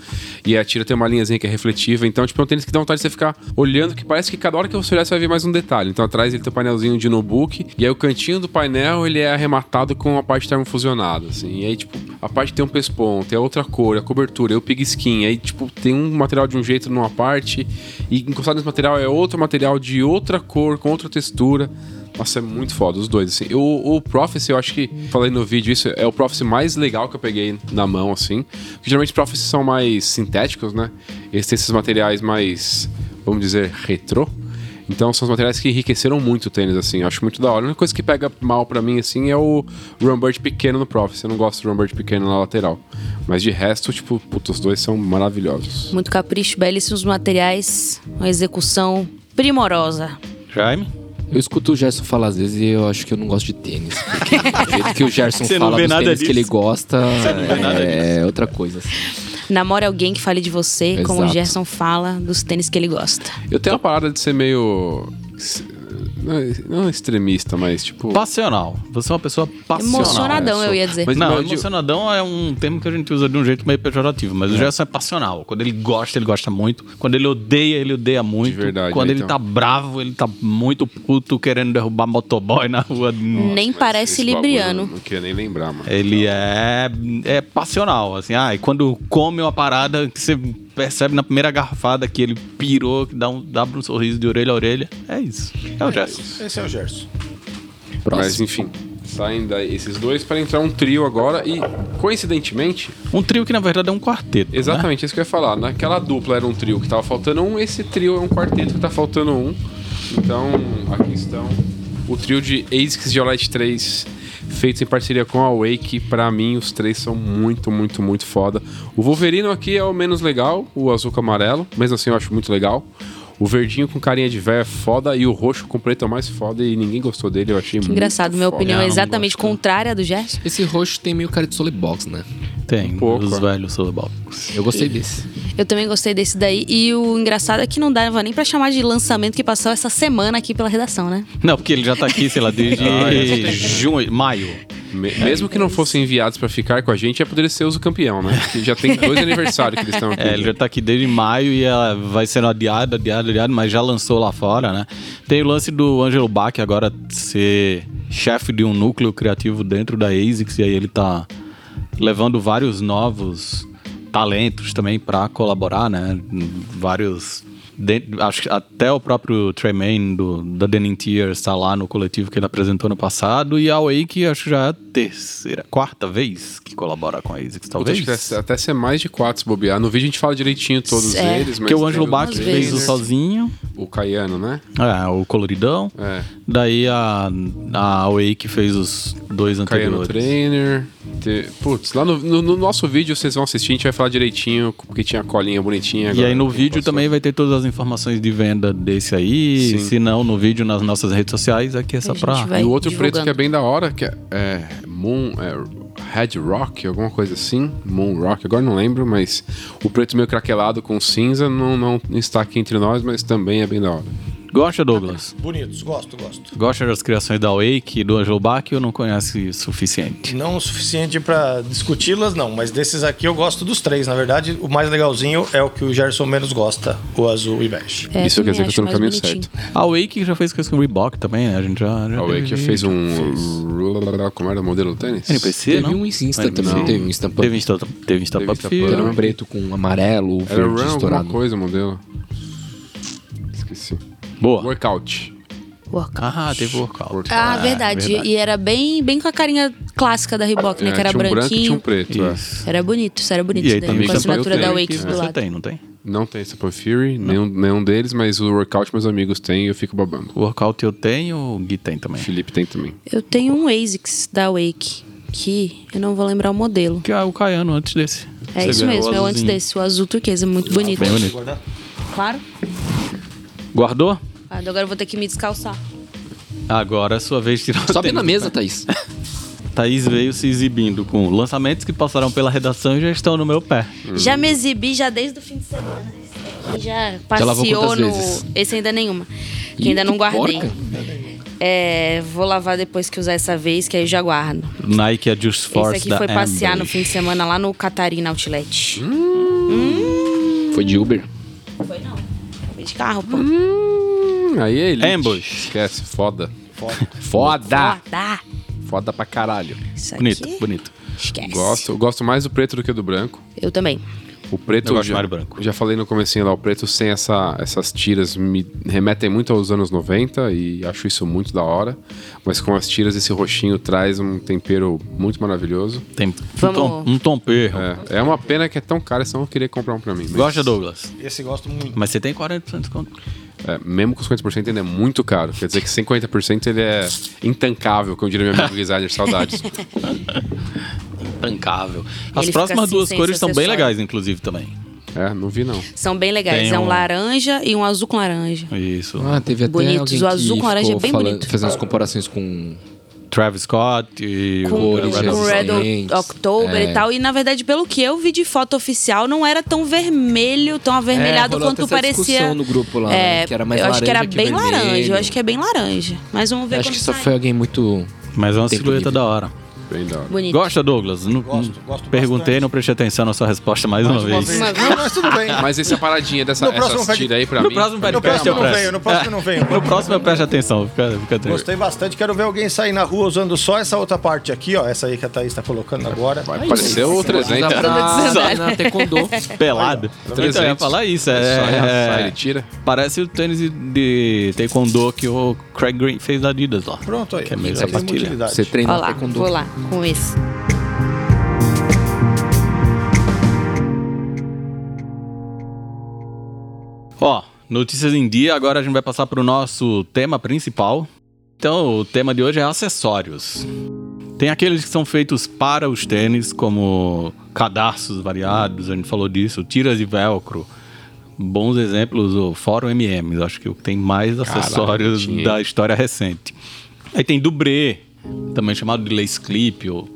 E a tira tem uma linhazinha que é refletiva. Então, tipo, é um tênis que dá vontade de você ficar olhando, que parece que cada hora que você olhar, você vai ver mais um detalhe. Então, atrás ele tem um painelzinho de notebook. E aí, o cantinho do painel, ele é arrematado com a parte termofusionada, assim. E aí, tipo, a parte tem um pespon, tem a outra cor, a cobertura, e o pig skin. Aí, tipo, tem um material de um jeito numa parte, e encostado nesse material é outro material de outra cor, com outra textura. Nossa, é muito foda, os dois, assim. O, o Prophecy, eu acho que, falei no vídeo isso, é o Prophecy mais legal que eu peguei na mão, assim. Porque geralmente Prophecy são mais sintéticos, né? Eles têm esses materiais mais, vamos dizer, retrô. Então são os materiais que enriqueceram muito o tênis, assim. Eu acho muito da hora. A única coisa que pega mal pra mim, assim, é o Rumbird pequeno no Prophecy. Eu não gosto do Rumbird pequeno na lateral. Mas de resto, tipo, puta, os dois são maravilhosos. Muito capricho, belíssimos materiais, uma execução primorosa. Jaime? Eu escuto o Gerson falar às vezes e eu acho que eu não gosto de tênis. Porque do jeito que o Gerson Você não fala vê dos nada tênis que disso. ele gosta vê nada é, outra coisa. assim. Namore alguém que fale de você, como o Exato. Gerson fala dos tênis que ele gosta. Eu tenho a parada de ser meio. Não não extremista, mas tipo. Passional. Você é uma pessoa passional. Emocionadão, é, eu sou- ia dizer. Mas não, não, eu digo- emocionadão é um termo que a gente usa de um jeito meio pejorativo, mas o Gerson é passional. Quando ele gosta, ele gosta muito. Quando ele odeia, ele odeia muito. De verdade, Quando ele então. tá bravo, ele tá muito puto, querendo derrubar motoboy na rua. Nem Mas parece esse bagulho é eu libriano. Não queria nem lembrar, mano. Ele é, é passional, assim. Ah, e quando come uma parada que você percebe na primeira garrafada que ele pirou, que dá um, dá um sorriso de orelha a orelha. É isso. É o Gerson. Esse é o Gerson. Mas enfim, saem daí esses dois para entrar um trio agora e, coincidentemente, Um trio que na verdade é um quarteto. né? exatamente isso que eu ia falar. Naquela dupla era um trio que tava faltando um, esse trio é um quarteto que tá faltando um. Então, aqui estão o trio de ASICS Geolite 3, feitos em parceria com a Wake. Pra mim, os três são muito, muito, muito foda. O Wolverino aqui é o menos legal, o azul com amarelo, mesmo assim eu acho muito legal. O verdinho com carinha de véia é foda e o roxo com preto é o mais foda e ninguém gostou dele, eu achei muito Engraçado, minha foda. opinião é Não, não exatamente gosto. contrária à do Gerson. Esse roxo tem meio cara de solebox, né? Tem, pouco, os é. velhos Solobal. Eu gostei desse. Eu também gostei desse daí. E o engraçado é que não dava nem pra chamar de lançamento que passou essa semana aqui pela redação, né? Não, porque ele já tá aqui, sei lá, desde junho, maio. Me- mesmo que não fossem enviados pra ficar com a gente, ia poder ser o campeão, né? Que já tem dois aniversários que eles estão aqui. É, ele já tá aqui desde maio e ela vai sendo adiada, adiada, adiada, mas já lançou lá fora, né? Tem o lance do Angelo Bach agora ser chefe de um núcleo criativo dentro da ASICS e aí ele tá levando vários novos talentos também pra colaborar, né? Vários dentro- acho que até o próprio Tremaine do, da Denim Tears tá lá no coletivo que ele apresentou no passado e a Wake acho que já é a terceira, quarta vez que colabora com a ASICS, Puta, talvez. acho que deve até ser mais de quatro se bobear. No vídeo a gente fala direitinho todos É. eles, mas. Porque o tem Ângelo Bach Às fez o né? vezes. sozinho, O Caiano, né? é, o coloridão. É. Daí a, a Wake que fez os dois Caiano anteriores. Trainer. Te- Putz, lá no, no- no nosso vídeo vocês vão assistir, a gente vai falar direitinho, porque tinha a colinha bonitinha. E agora aí no não vídeo passou. também vai ter todas as informações de venda desse aí. Sim. Se não, no vídeo nas nossas redes sociais, aqui é só A gente pra. vai- E o outro preto divulgando. que é bem da hora, que é, é Moon. É, Red Rock, alguma coisa assim. Moon Rock, agora não lembro, mas o preto meio craquelado com cinza não, não está aqui entre nós, mas também é bem da hora. Gosta, Douglas? Bonitos, gosto, gosto. Gosta das criações da Wake e do Angelo Bach ou não conhece o suficiente? Não o suficiente pra discuti-las, não, mas desses aqui eu gosto dos três. Na verdade, o mais legalzinho é o que o Gerson menos gosta, o azul e bege. É, Isso também quer dizer que eu tô no acho mais caminho bonitinho. certo. A Wake já fez coisa com o Reebok também, né? A gente já. já A teve Wake vídeo. fez um. Como era o modelo do tênis? NPC, Teve não? um Insta também, não. teve um Insta Pump, Teve Insta, teve Insta, Teve Insta Puff. Puff. que era um preto com amarelo, Era verde Run alguma estourado. coisa o modelo. Esqueci. Boa. Workout. Workout. Ah, teve workout. Workout. Ah, verdade. verdade. E era bem, bem com a carinha clássica da Reebok, né? É, que era tinha um branco e tinha branquinho. um preto. é. Isso. Era bonito, isso era bonito. E aí daí, também com a Stamp assinatura eu da tenho Wake aqui, do né? Você lado. tem, não tem? Não tem Sapphire Fury, nenhum, nenhum deles, mas o Workout meus amigos têm e eu fico babando. O workout eu tenho, o Gui tem O também. Felipe tem também. Eu tenho um ASICS da Wake, que eu não vou lembrar o modelo. Que é o Caiano antes desse. É Você isso vê, o mesmo, é o antes azulzinho. desse, o azul turquesa, Ah, muito bonito. Bem bonito. Guardar? Claro. Guardou? Ah, agora eu vou ter que me descalçar. Agora é sua vez de tirar o Sobe tênis. na mesa, Thaís. Thaís veio se exibindo com lançamentos que passaram pela redação e já estão no meu pé. Já me exibi já desde o fim de semana. Esse aqui Já lavou passeou quantas no. vezes? Esse ainda nenhuma. Que Ih, ainda não que guardei. porca. É, vou lavar depois que usar essa vez, que aí eu já guardo. Nike é Just Force Esse aqui da foi passear Amber. no fim de semana lá no Catarina Outlet. Hum? Foi de Uber. Foi não. Foi de carro, pô. Hum, aí é elite. Ambush. Esquece, foda. Foda! Dá. Foda pra caralho. Isso Bonito, aqui. bonito. Esquece. Gosto, eu gosto mais do preto do que do branco. Eu também. O preto. Eu gosto já, mais do branco. Já falei no comecinho lá, o preto sem essa, essas tiras me remetem muito aos anos 90 e acho isso muito da hora. Mas com as tiras, esse roxinho traz um tempero muito maravilhoso. Tem Vamos- um, tom, um tom perro. É, é uma pena que é tão caro, senão eu queria comprar um pra mim. mas- Gosta, Douglas? Esse eu gosto muito. Mas você tem 40% de desconto. É, mesmo com os 50% ainda é muito caro. Quer dizer que 50% ele é intancável, como diria meu amigo designer, saudades. Tancável. As Ele fica próximas assim, duas sem cores esse são bem acessório. legais, inclusive, também. É, não vi não. São bem legais. Tem É um um- laranja e um azul com laranja. Isso. Ah, teve até Bonitos. alguém O que azul com laranja é ficou bem falando- bonito. Fazendo as comparações com... Travis Scott e Com, o Cores com Red o Red Hot. resistentes. October É. e tal. E na verdade, pelo que eu vi de foto oficial, não era tão vermelho, tão avermelhado É, rolou até quanto essa parecia. É, discussão no grupo lá, né? Que era mais eu acho que laranja era que bem vermelho. laranja. Eu acho que é bem laranja. Mas vamos ver Acho quando que só sai. foi alguém muito... Mas é uma Tempo silhueta livre. da hora. Bem da hora. Bonito. Gosta, Douglas? Não- Gosto, gosto Perguntei, bastante. não prestei atenção na sua resposta mais, uma, vez. Não, mas tudo bem. Mas essa paradinha dessa No próximo essas Fed- tira aí pra No mim. próximo pra mim Fed- No pegar próximo eu mais. não venho, no próximo eu não venho. É. No próximo eu presto atenção, fica, fica tranquilo. Gostei bastante. Quero ver alguém sair na rua usando só essa outra parte aqui, ó. Essa aí que a Thaís tá colocando agora. Vai, pareceu o 300. Usar pra- Sandália. na taekwondo. É. Pelado. Então, eu ia falar isso. É, Sai, sai, é, ele tira. parece o tênis de- de taekwondo que o Craig Green fez da Adidas lá. Pronto aí. Que é meio Tem sapatilha. utilidade. Você treina Olha lá, taekwondo. vou lá com esse. Ó, notícias em dia, agora a gente vai passar pro nosso tema principal. Então, o tema de hoje é acessórios. Tem aqueles que são feitos para os tênis, como cadarços variados, a gente falou disso, tiras de velcro. Bons exemplos, o Fórum MMs, acho que é o que tem mais acessórios tinha, hein? da história recente. Aí tem dubrê, também chamado de lace clip, ou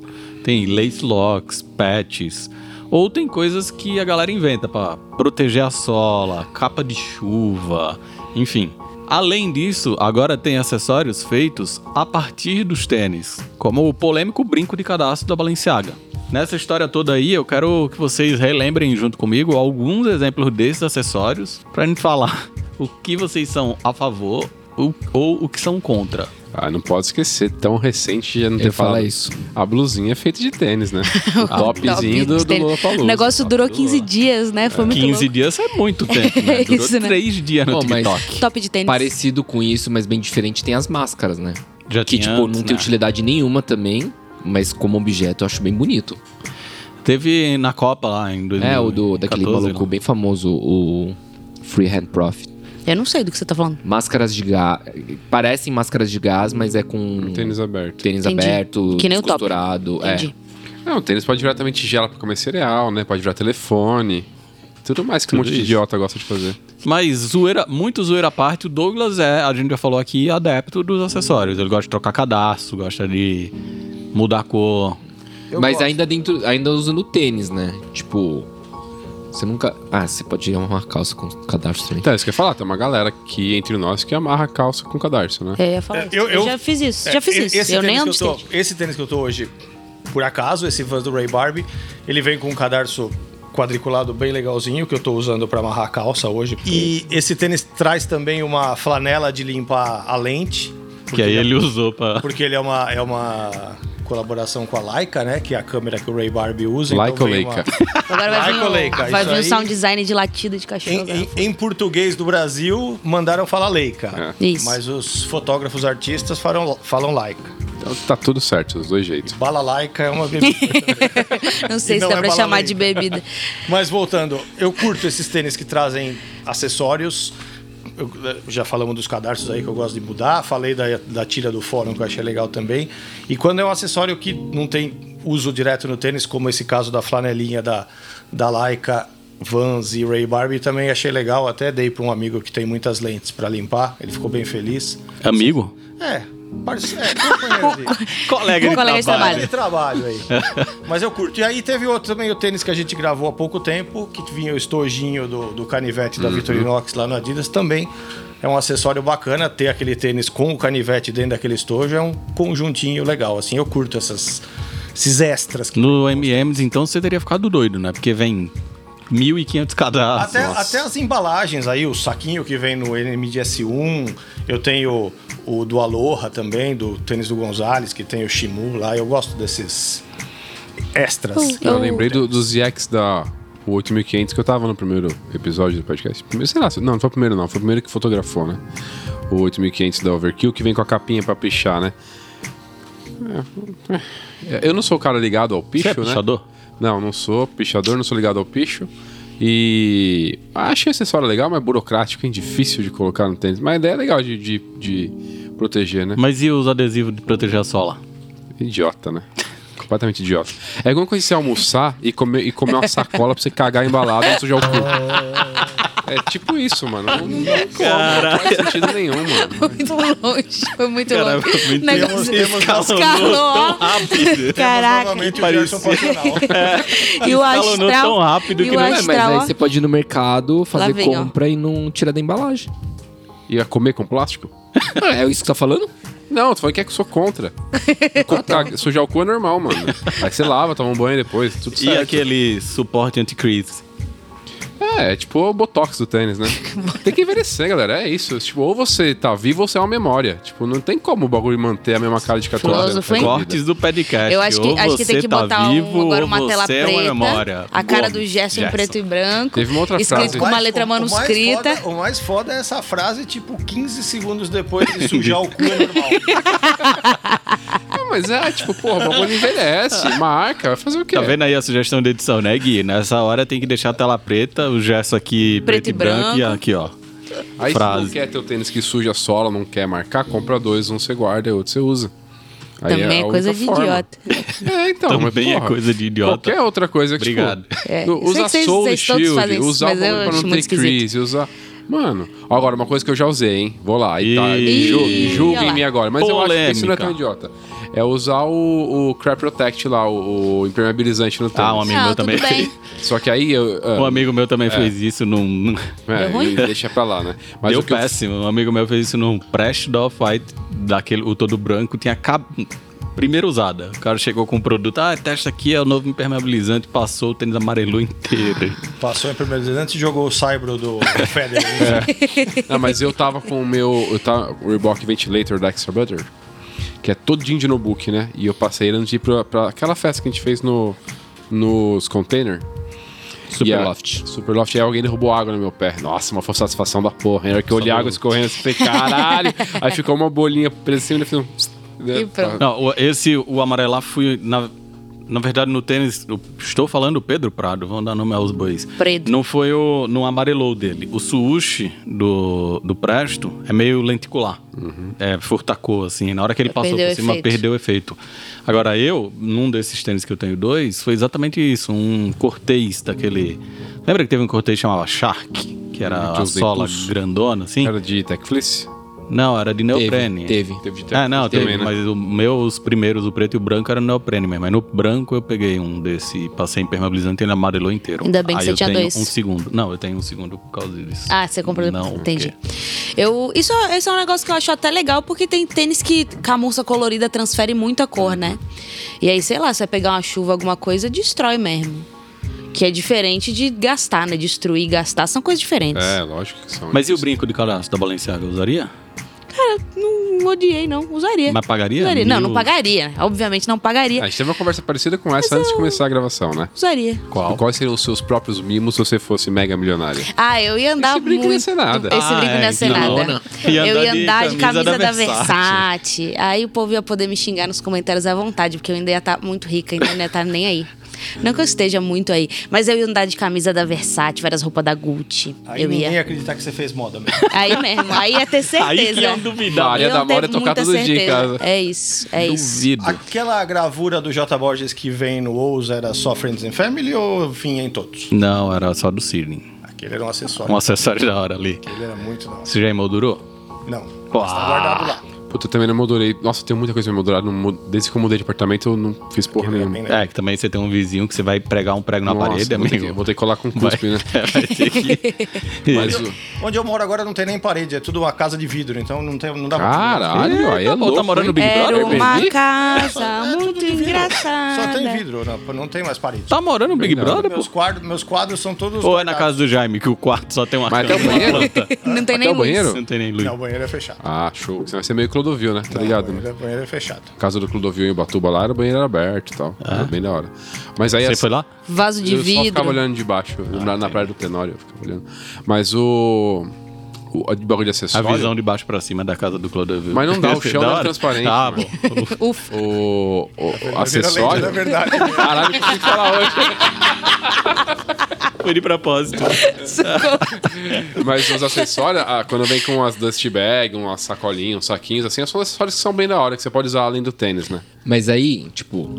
tem lace locks, patches. Ou tem coisas que a galera inventa para proteger a sola, capa de chuva, enfim. Além disso, agora tem acessórios feitos a partir dos tênis, como o polêmico brinco de cadastro da Balenciaga. Nessa história toda aí, eu quero que vocês relembrem junto comigo alguns exemplos desses acessórios pra gente falar o que vocês são a favor ou, ou o que são contra. Ah, não pode esquecer, tão recente já não Ele ter fala falado. isso. A blusinha é feita de tênis, né? O Top topzinho do, do tênis. Lula Palusa. O negócio durou 15 dias, né? Foi muito 15 louco. dias é muito tempo, né? Durou Isso, né? 3 dias no Pô, mas- TikTok. Top de tênis. Parecido com isso, mas bem diferente, tem as máscaras, né? Já Que, tinha tipo, antes, não tem né? utilidade nenhuma também, mas como objeto eu acho bem bonito. Teve na Copa lá em 2014. É, o do, daquele né? maluco bem famoso, o Freehand Profit. Eu não sei do que você tá falando. Máscaras de gás. Parecem máscaras de gás, mas é com. Tênis aberto. tênis Entendi. aberto, Que nem o top. costurado. É. Entendi. Não, tênis pode virar também tigela pra comer cereal, né? Pode virar telefone. Tudo mais que um Tudo monte de isso. idiota gosta de fazer. Mas zoeira, muito zoeira à parte, o Douglas é, a gente já falou aqui, adepto dos acessórios. Ele gosta de trocar cadastro, gosta de mudar a cor. Eu Mas gosto. ainda dentro. Ainda usando tênis, né? Tipo. Você nunca. Ah, você pode arrumar uma calça com cadarço também. Então, isso que eu ia falar. Tem uma galera aqui entre nós que amarra calça com cadarço, né? É, eu ia falar isso. eu- Eu, eu- já fiz isso. É, já fiz e- isso. Eu tênis nem que ando de eu tô- skate. Esse tênis que eu tô hoje, por acaso, esse Vans do Ray Barbie, ele vem com um cadarço quadriculado bem legalzinho que eu tô usando pra amarrar a calça hoje. E esse tênis traz também uma flanela de limpar a lente. é Que aí ele usou pra. Porque ele é uma, é uma colaboração com a Leica, né? Que é a câmera que o Ray Barbie usa. Leica então ou vem uma- Leica? Agora vai vir, Michael Leica, o, vai isso vir o aí- um- sound design de latida de cachorro. Em, em- em português do Brasil, mandaram falar Leica. É. Isso. Mas os fotógrafos artistas farão, falam Leica. Então, tá tudo certo, dos dois jeitos. Bala Leica é uma bebida. não sei e se não dá é pra bala chamar Leica. de bebida. Mas voltando, eu curto esses tênis que trazem acessórios. Eu- eh, já falamos dos cadarços aí que eu gosto de mudar. Falei da, da tira do fórum que eu achei legal também. E quando é um acessório que não tem uso direto no tênis, como esse caso da flanelinha da, da Laika, Vans e Ray Barbie, também achei legal. Até dei para um amigo que tem muitas lentes para limpar. Ele ficou bem feliz. Amigo? É, parceiro, é, companheiro de- Colega de Colega de trabalho. de trabalho aí. Mas eu curto. E aí teve outro também, o tênis que a gente gravou há pouco tempo, que vinha o estojinho do, do canivete da Victorinox lá no Adidas também. É um acessório bacana ter aquele tênis com o canivete dentro daquele estojo, é um conjuntinho legal. Assim, eu curto essas, esses extras. Que... No MMs, então, você teria ficado doido, né? Porque vem 1.500 cadastros. Até, até as embalagens aí, o saquinho que vem no NMDS1, eu tenho o do Aloha também, do tênis do Gonzalez, que tem o Shimu lá, eu gosto desses extras. Eu lembrei do- dos EX da o 8500 que eu tava no primeiro episódio do podcast. Primeiro, sei lá, se- não, não foi o primeiro não, foi o primeiro que fotografou, né? O 8500 da Overkill que vem com a capinha pra pichar, né? É, é. Eu não sou o cara ligado ao picho, Você é né? pichador? Não, não sou pichador, não sou ligado ao picho. E achei o acessório legal, mas burocrático, hein? Difícil de colocar no tênis. Mas a ideia é legal de, de, de proteger, né? Mas e os adesivos de proteger a sola? Idiota, né? Completamente idiota. É alguma coisa você almoçar e comer, e comer uma sacola pra você cagar embalado e não sujar o cu. É tipo isso, mano. Não, não, não faz sentido nenhum, mano. Muito longe, foi muito Caramba, longe. muito Negócio longe. escalonou tão rápido. Caraca, Novamente o Gerson Pantanal. e o escalonou astral. tão rápido e que o não é É, mas aí astral. você pode ir no mercado, fazer vem, ó. compra e não tirar da embalagem. Ia comer com plástico? é isso que você tá falando? Não, tu falou que é que eu sou contra. Co- ca- Sujar o cu é normal, mano. Aí você lava, toma um banho depois, tudo E certo. aquele suporte anti-crease? É, é tipo o botox do tênis, né? tem que envelhecer, galera. É isso. Tipo, ou você tá vivo ou você é uma memória. Tipo, não tem como o bagulho manter a mesma cara de 14 anos. Filósofo, hein? da vida. Cortes do podcast. Eu acho que, Ou acho que tem É você que tá botar um- vivo, agora ou uma tela você é uma preta, memória. a cara Bom, do Gerson, em preto e branco, Teve uma outra escrito frase. com uma Mas letra o- o mais manuscrita. foda- O mais, foda, é essa frase, tipo, 15 segundos depois de sujar o cu é normal. Ah, mas é, tipo, porra, o bagulho envelhece, marca, vai fazer o quê? Tá vendo aí a sugestão da edição, né, Gui? Nessa hora tem que deixar a tela preta, o gesso aqui Preto preto, e e branco, e branco. aqui, ó. Aí se Frase. não quer ter o tênis que suja a sola, não quer marcar, compra dois, um você guarda e outro você usa. Aí a Também é única coisa de forma. idiota. É, então, mas, Também é porra, coisa de idiota. Qualquer outra coisa que Obrigado. Tipo, É, no- eu sei usa que vocês- Soul vocês todos Shield, fazem isso, usa o mas eu bagulho pra acho não ter muito esquisito. crise, usa. Mano, agora uma coisa que eu já usei, hein? Vou lá, e... tá, Ih. julguem, julguem Olha me lá. agora, mas eu acho que isso não é tão Polêmica. idiota. É usar o, o Crap Protect lá, o, o impermeabilizante no tênis. Ah, um amigo Não, meu tudo também. bem. Só que aí eu. ah, Um amigo meu também fez isso num. é, Deu ruim? deixa pra lá, né? Mas Deu o que eu- péssimo. Um amigo meu fez isso num pré do Off-White, daquele, o todo branco, tinha cab... primeira usada. O cara chegou com um produto, ah, testa aqui, é o novo impermeabilizante, passou o tênis amarelou inteiro. Passou em primeiro antes e jogou o Saibro do Federer. É. Ah, mas eu tava com o meu. Eu tava, o Reebok Ventilator da Extra Butter, que é todinho de notebook, né? E eu passei ele antes de ir pra, pra aquela festa que a gente fez no, nos container. E a- Superloft. Superloft. Aí alguém derrubou água no meu pé. Nossa, mas foi satisfação da porra. Aí Na hora que eu olhei a água escorrendo, eu falei, caralho. Aí ficou uma bolinha presa em cima e fiz um... E pronto. Não, o- esse, o amarelar, fui. Na, na verdade, no tênis, eu estou falando o Pedro Prado, vamos dar nome aos bois. Preto. Não foi o. Não amarelou o dele. O sushi do, do Presto é meio lenticular. Uhum. É, furtacou, assim. Na hora que ele passou É, Perdeu por o cima, efeito. perdeu o efeito. Agora, eu, num desses tênis que eu tenho dois, foi exatamente isso. Um cortez daquele. Lembra que teve um cortez que chamava Shark? Que era Que a os sola Deitus. grandona, assim? Era de Techfliss? Não, era de neoprene. teve. Teve de Ah, não, Techfliss teve, também, né? mas o meu, os primeiros, o preto e o branco, era neoprene mesmo. Mas no branco eu peguei um desse, passei impermeabilizante e ele amarelou inteiro. Ainda bem que Aí você eu tinha tenho dois. um segundo. Não, eu tenho um segundo por causa disso. Ah, você comprou Não, depois. Entendi. porque- Eu, isso, isso é um negócio que eu acho até legal, porque tem tênis que camurça colorida transfere muita cor, né? E aí, sei lá, se vai pegar uma chuva, alguma coisa, destrói mesmo. Que é diferente de gastar, né? Destruir e gastar são coisas diferentes. É, lógico que são. Mas e o brinco de cadastro da Balenciaga? Usaria? Não odiei, não. Usaria. Mas pagaria? Usaria. Não, não Mil- pagaria. né? Obviamente não pagaria. Ah, A gente teve uma conversa parecida com essa antes de começar a gravação, né? Usaria. Qual? Quais seriam os seus próprios mimos se você fosse mega milionário? Ah, eu ia andar Esse brinco não ia muito. ser nada. Esse Ah, brinco não é, ia ser que nada. lona. Ia eu andar ia de andar de camisa, camisa da, da Versace. Versace. Aí o povo ia poder me xingar nos comentários à vontade, porque eu ainda ia estar muito rica, então eu não ia estar nem aí. Não que eu esteja muito aí, mas eu ia andar de camisa da Versace, várias roupas da Gucci. Aí eu ninguém ia. ia acreditar que você fez moda mesmo. Aí mesmo, aí é um ia ter certeza. Aí que eu duvidar. Maria Eu da ter Mora ia tocar muita todo dia em certeza. casa. É isso, é isso. Duvido. Aquela gravura do J. Borges que vem no Ous era só Friends and Family ou vinha em todos? Não, era só do Sidney. Aquele era um acessório. Um acessório da hora ali. Ele era muito da hora. Você já emoldurou? Ah. Não. Pô, Tá guardado né? lá. Puta, eu também não moldurei. Nossa, tem muita coisa pra moldurar. Não mo- Desde que eu mudei de apartamento, eu não fiz porra Ele era nenhuma. bem legal. É, que também você tem um vizinho que você vai pregar um prego na Nossa, parede, vou ter que- amigo. Vou ter que colar com cuspe, né? Vai ter que... Mas o- Onde eu moro agora não tem nem parede, é tudo uma casa de vidro, então não, tem, não dá Caralho, aí é tá bom, louco, tá morando hein? no Big Era Brother, uma Airbnb? casa muito Só engraçada. tem vidro, não, não tem mais parede. Tá morando no Big Verdade. Brother, pô? Meus quadros, meus quadros são todos. Ou é na casa do Jaime, que o quarto só tem uma Mas até cama o e uma banheiro? planta? Não tem Até nem o luz. banheiro? Não tem nem luz. Não, o banheiro é fechado. Ah, show. Senão vai ser meio Clodovil, né? Tá ligado, o né? banheiro, o banheiro é fechado. Casa do Clodovil em Ubatuba lá, era o banheiro era aberto e tal. Era bem da hora. Mas aí Você essa- foi lá? Ah, Vaso de eu só vidro. ficava olhando de baixo, na, na praia do Tenório, eu ficava olhando. Mas o. O o bagulho de A acessório. visão de baixo pra cima da casa do Clodovil. Mas não dá, o chão Da é hora. transparente, Ah, mano. bom. Ufa. O, o- o Ah, Virou lente, acessório. Na verdade. Caralho, o que eu fui falar hoje? Foi de propósito. Mas os acessórios, ah, quando vem com as dust bag, umas sacolinhas, uns saquinhos, assim, são acessórios que são bem da hora, que você pode usar além do tênis, né? Mas aí, tipo,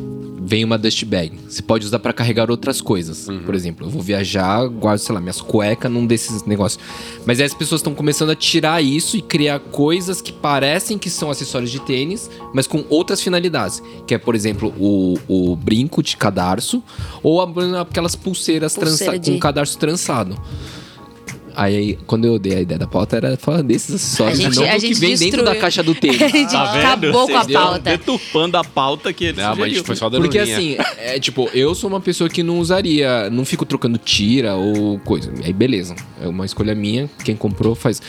vem uma dust bag. Você pode usar pra carregar outras coisas. Por exemplo, eu vou viajar, guardo, sei lá, minhas cuecas num desses negócios. Mas aí as pessoas estão começando a tirar isso e criar coisas que parecem que são acessórios de tênis, mas com outras finalidades. Que é, por exemplo, o, o brinco de cadarço ou a- aquelas pulseiras Pulseira trança- de- com cadarço trançado. Aí, quando eu dei a ideia da pauta, era falar desses acessórios, A gente- não a do que gente vem dentro da destruiu. caixa do tênis. A gente acabou com a Vocês estão pauta. Tá Deturpando a pauta que ele Não, mas sugeriu. foi só dando Porque linha. assim, é tipo, eu sou uma pessoa que não usaria, não fico trocando tira ou coisa. Aí beleza, é uma escolha minha, quem comprou faz.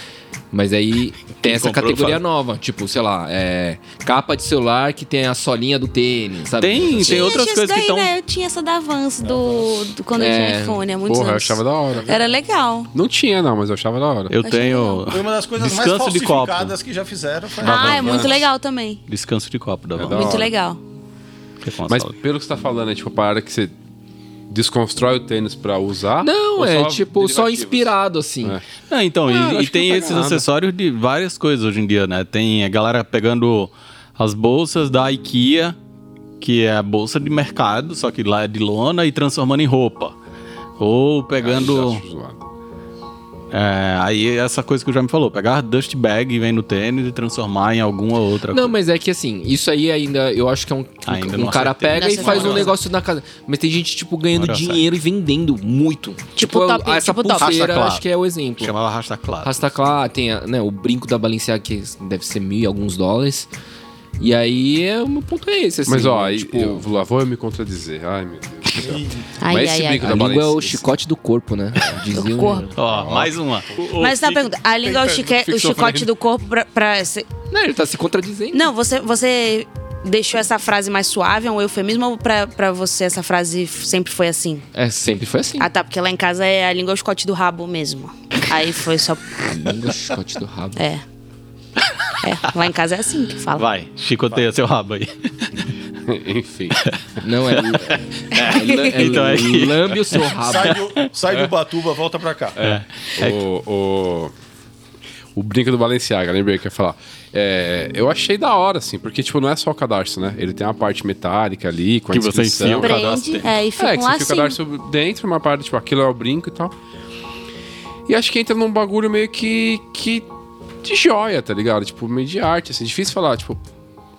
Mas aí tem essa comprou, categoria faz. nova, tipo, sei lá, é, capa de celular que tem a solinha do tênis, sabe? Tipo, Tem, tem Tinha outras isso coisas que daí, estão. né? Eu tinha essa da Avance do, do quando eu tinha É, iPhone, há muitos Porra, eu anos. É. achava da hora. Era legal. Não tinha, não, mas eu achava da hora. Eu Achei tenho. Foi uma das coisas mais Descanso de copo. falsificadas que já fizeram. Foi Ah, é muito legal também. Descanso de copo tá da É da Vans. Muito hora. legal. Mas Mas pelo que você tá falando, é tipo, para que você desconstrói o tênis pra usar. Não, ou é só tipo, só derivativos? inspirado assim. É. É, então, e- Ah, e, acho que tem não paga esses nada. acessórios de várias coisas hoje em dia, né? Tem a galera pegando as bolsas da IKEA, que é a bolsa de mercado, só que lá é de lona, e transformando em roupa. Ou pegando. Acho zoado. é, aí essa coisa que o já me falou, pegar a dust bag e vem no tênis e transformar em alguma outra Não, coisa. mas é que assim, isso aí ainda, eu acho que é um, Ainda um não cara acertei. pega Não e acertei. faz um Não. negócio na casa. Mas tem gente, tipo, ganhando Agora sai. dinheiro e vendendo muito. Tipo, top, essa tipo top. pulseira, Rastaclar. acho que é o exemplo. Chamava rasta claro. Rastaclar, tem a- né, o brinco da Balenciaga que deve ser mil e alguns dólares. E aí, é, o meu ponto é esse, assim. Mas ó, aí tipo, eu, lá vou eu me contradizer. Ai, meu Deus. do céu. Ai, Mas ai, esse ai. brinco a língua da é Balenciaga- o chicote do corpo, né? Dizia Do o- corpo. Ó, mais uma. Mas tá pergunta, a língua é o, chique- o chicote do corpo pra... pra ser- Não, ele tá se contradizendo. Não, você, você deixou essa frase mais suave, é um eufemismo, ou pra, pra você essa frase f- sempre foi assim? É, sempre foi assim. Ah, tá, porque lá em casa é a língua é o chicote do rabo mesmo. Aí foi só... A língua é o chicote do rabo. É. É, lá em casa é assim que fala. Vai, chicoteia seu rabo aí. Enfim. Não, é... é, é Então é que- lambe o seu rabo. Sai do, sai É. do Batuba, volta pra cá. O, o, o brinco do Balenciaga, lembrei que eu ia falar. É, eu achei da hora, assim, porque, tipo, não é só o cadarço, né? Ele tem uma parte metálica ali, com a Que você inscrição. enfia o É, cadastro. Prende, é, e que você fica lá enfia o assim. cadarço dentro, uma parte, tipo, aquilo é o brinco e tal. E acho que entra num bagulho meio que... que de joia, tá ligado? Tipo, meio de arte, assim. Difícil falar, tipo...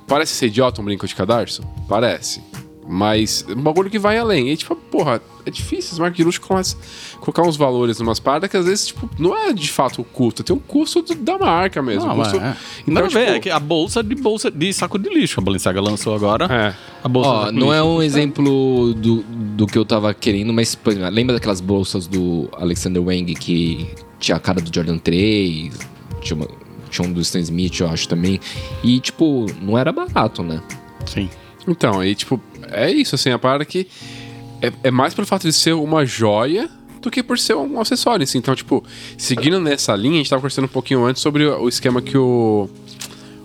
Parece ser idiota um brinco de cadarço? Parece. Mas é um bagulho que vai além. E tipo, porra, é difícil. As marcas de luxo começam a colocar uns valores numas paradas que às vezes, tipo, não é de fato o custo. Tem um custo do- da marca mesmo. Não, um custo... tipo, mas é. Nada a ver, é que a bolsa de bolsa de saco de lixo. A Balenciaga lançou agora. É. A bolsa de Ó, saco de não é lixo. um exemplo do, do que eu tava querendo, mas pô, lembra daquelas bolsas do Alexander Wang que tinha a cara do Jordan 3, tinha, uma- tinha um do Stan Smith, eu acho também. E, tipo, não era barato, né? Sim. Então, aí, tipo, é isso, assim, a parada que é, é mais pelo fato de ser uma joia do que por ser um acessório, assim. Então, tipo, seguindo nessa linha, a gente tava conversando um pouquinho antes sobre o esquema que o.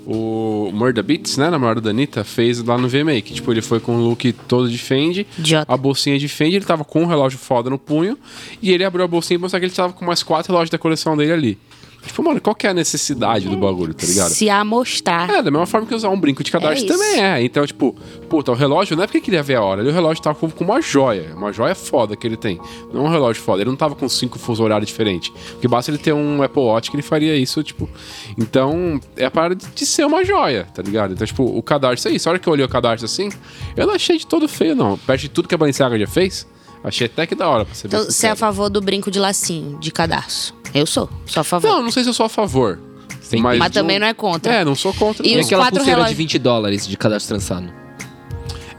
O Murda Beats, né, namorado da Anitta, fez lá no VMA. Que, tipo, ele foi com um look todo de Fendi, Idiota. a bolsinha de Fendi, ele tava com um relógio foda no punho, e ele abriu a bolsinha e mostrou que ele tava com mais quatro relógios da coleção dele ali. Tipo, mano, qual que é a necessidade do bagulho, tá ligado? Se amostrar. É, da mesma forma que usar um brinco de cadarço É isso. também é. Então, tipo, puta, o relógio não é porque queria ver a hora. Ali o relógio tava com com uma joia. Uma joia foda que ele tem. Não é um relógio foda. Ele não tava com cinco fuso horários diferentes. Porque basta ele ter um Apple Watch que ele faria isso, tipo. Então, é a parada de ser uma joia, tá ligado? Então, tipo, o cadarço é isso. A hora que eu olhei o cadarço assim, eu não achei de todo feio, não. Perto de tudo que a Balenciaga já fez, achei até que da hora pra ser bem Então, você é a sincero. favor do brinco de lacinho, de cadarço? Eu sou, sou a favor. Não, não sei se eu sou a favor. Sim. Mas, Mas também não é contra. É, não sou contra. E não. E os aquela quatro pulseira de relógios- 20 dólares de cadastro trançado.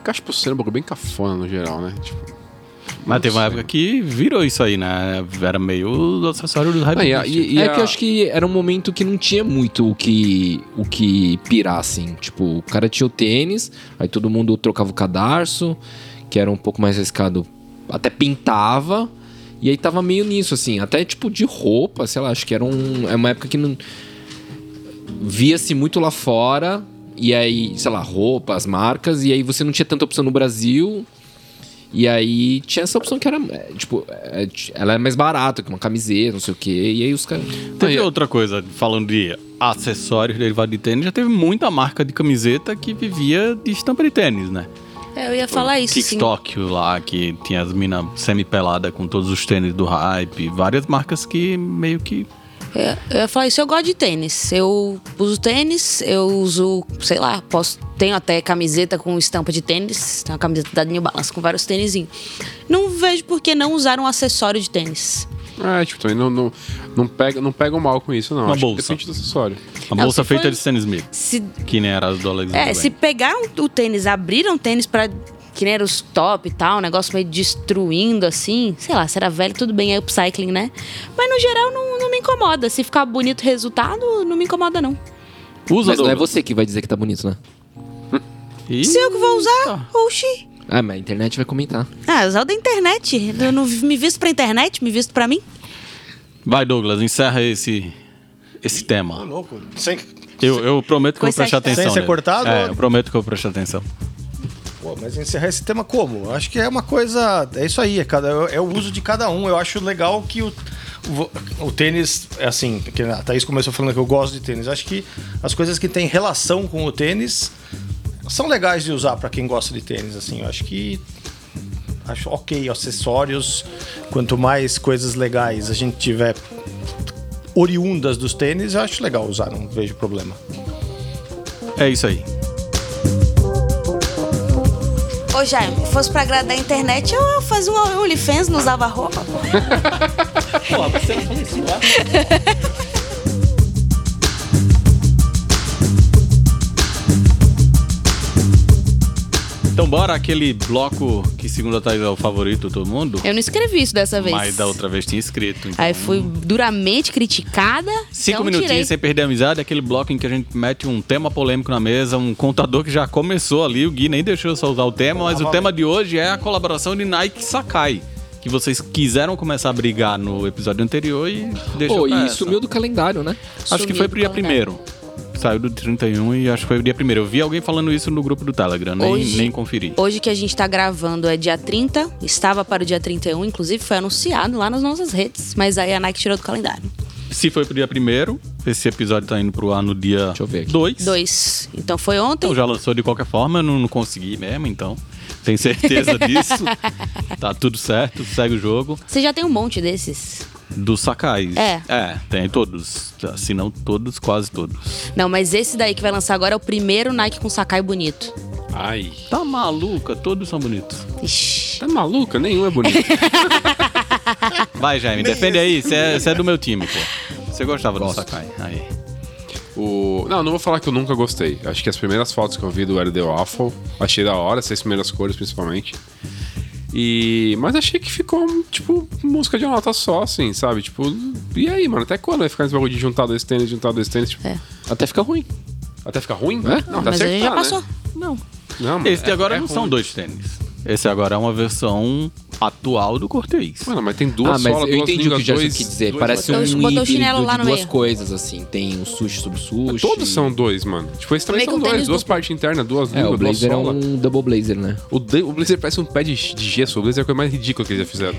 Caixa pulseira é um bagulho bem cafona no geral, né? Tipo. Mas teve uma época que virou isso aí, né? Era meio o acessório do Ah, e, hype. a- e- e é a- que eu acho que era um momento que não tinha muito o que, o que pirar, assim. Tipo, o cara tinha o tênis, aí todo mundo trocava o cadarço, que era um pouco mais arriscado, até pintava. E aí tava meio nisso, assim. Até tipo de roupa, sei lá, acho que era um, é uma época que não. Via-se muito lá fora, e aí, sei lá, roupa, as marcas, e aí você não tinha tanta opção no Brasil. E aí tinha essa opção que era, é, tipo, é, t- ela é mais barata que uma camiseta, não sei o quê. E aí os caras. Teve outra coisa, falando de acessórios derivados de tênis, já teve muita marca de camiseta que vivia de estampa de tênis, né? É, eu ia falar isso, sim. TikTok lá, que tinha as minas semi-pelada com todos os tênis do hype. Várias marcas que meio que. É, Eu ia falar isso, eu gosto de tênis. Eu uso tênis, eu uso, sei lá, posso, tenho até camiseta com estampa de tênis, tenho uma camiseta da New Balance com vários tênisinhos. Não vejo por que não usar um acessório de tênis. É, tipo, também não, não, não, pega, não pegam mal com isso, não. Uma Acho que bolsa. Depende do acessório. A Não, bolsa se feita for- de Stan Smith. Se, Que nem era as do Alexander. é, se Wang. pegaram o tênis, abriram o tênis pra. Que nem era os top e tal, um negócio meio destruindo assim. Sei lá, se era velho, tudo bem, é upcycling, né? Mas no geral não, não me incomoda. Se ficar bonito o resultado, não me incomoda, não. Usa Mas não é Douglas. você que vai dizer que tá bonito, né? Ih, Se eu que vou usar, oxi. Ah, mas a internet vai comentar. Ah, usar o da internet. Eu não me visto pra internet, me visto pra mim. Vai, Douglas, encerra esse, esse Ô, tema. louco. Sem... Eu, eu prometo que eu vou Coisa prestar chata. atenção. Sem ser nele. cortado? É, eu prometo que eu vou prestar atenção. Pô, mas encerrar esse tema como? Eu Acho que é uma coisa. É isso aí, é, cada, é o uso de cada um. Eu acho legal que o, o, o tênis, é assim, que a Thaís começou falando que eu gosto de tênis. Acho que as coisas que têm relação com o tênis são legais de usar pra quem gosta de tênis, assim. Eu acho que. Acho ok, acessórios. Quanto mais coisas legais a gente tiver oriundas dos tênis, eu acho legal usar, não vejo problema. É isso aí. Ô, Jaime, se fosse pra agradar a internet, eu, eu fazia um OnlyFans, não usava roupa. Então bora aquele bloco que segundo a Thaís é o favorito de todo mundo. Eu não escrevi isso dessa vez. Mas da outra vez tinha escrito. então- Aí fui duramente criticada. Cinco então minutinhos tirei. sem perder a amizade, é aquele bloco em que a gente mete um tema polêmico na mesa, um contador que já começou ali, o Gui nem deixou eu só usar o tema, mas o tema de hoje é a colaboração de Nike e Sakai. Que vocês quiseram começar a brigar no episódio anterior e deixou. Pô, pra É, e essa. sumiu do calendário, né? Acho que foi Sumiu pro dia do calendário. primeiro. Saiu do 31 e acho que foi o dia primeiro. Eu vi alguém falando isso no grupo do Telegram, nem, Hoje- nem conferi. Hoje que a gente tá gravando é dia 30, estava para o dia 31, inclusive foi anunciado lá nas nossas redes, mas aí a Nike tirou do calendário. Se foi pro dia primeiro, esse episódio tá indo pro ar no dia eu ver aqui. 2. Dois. Então foi ontem. Então já lançou de qualquer forma, eu não, não consegui mesmo, então. Tenho certeza disso. tá tudo certo, segue o jogo. Você já tem um monte desses. Dos Sakais. É. É, tem todos. Se não todos, quase todos. Não, mas esse daí que vai lançar agora é o primeiro Nike com Sakai bonito. Ai. Tá maluca? Todos são bonitos. Ixi. Tá maluca? Nenhum é bonito. Vai, Jaime, defende aí. Você é, cê é do meu time, pô. Você gostava do Sakai. Aí. O... Não, não vou falar que eu nunca gostei. Acho que as primeiras fotos que eu vi do Era The Waffle, achei da hora, essas primeiras cores principalmente. E... Mas achei que ficou, tipo, música de uma nota só, assim, sabe? Tipo, e aí, mano? Até quando vai ficar esse bagulho de juntar dois tênis, juntar dois tênis? Tipo, Até fica ruim. Até ficar É? ruim? Não, É. mas a gente já né? passou. Não, Esse de é- agora é não ruim. são dois tênis. Esse agora é uma versão atual do Cortez. Mano, mas tem duas ah, mas solas, eu duas entendi o que o ligas, Gerson dois- quis dizer. dois Parece um botões. Então Botou o híbrido chinelo lá de no duas meio. coisas, assim. Tem o sushi sobre sushi. Todos são dois, mano. Tipo, esse também Meio que são um dois. tênis Duas duplo. partes internas, duas É, ligas, o duas blazer é solas. um double blazer, né? O, de- o Blazer parece um pé de, de gesso. O Blazer é a coisa mais ridícula que eles já fizeram.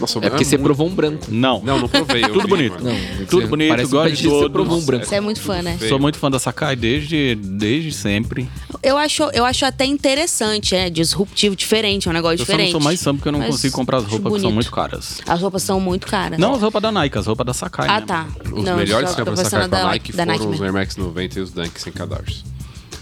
Nossa, É porque você muito- é provou um branco. Não. Não, não provei. eu Tudo vi, bonito. mano. Não, Tudo bonito, parece gosto um de pé você todos. provou um branco. Você é muito fã, né? feio. Sou muito fã da Sakai desde, desde sempre. Eu acho, eu acho até interessante, é disruptivo, diferente, é um negócio Eu só diferente. não sou mais samba porque eu não Mas consigo comprar as acho roupas que são bonito. muito caras. As roupas são muito caras. Não as roupas da Nike, as roupas da Sakai. É. Ah, né? tá. Os não, eu melhores que tô eu pra pensando sacar pra da Nike da foram Nike os mesmo. Air Max 90 e os Dunk sem cadarço.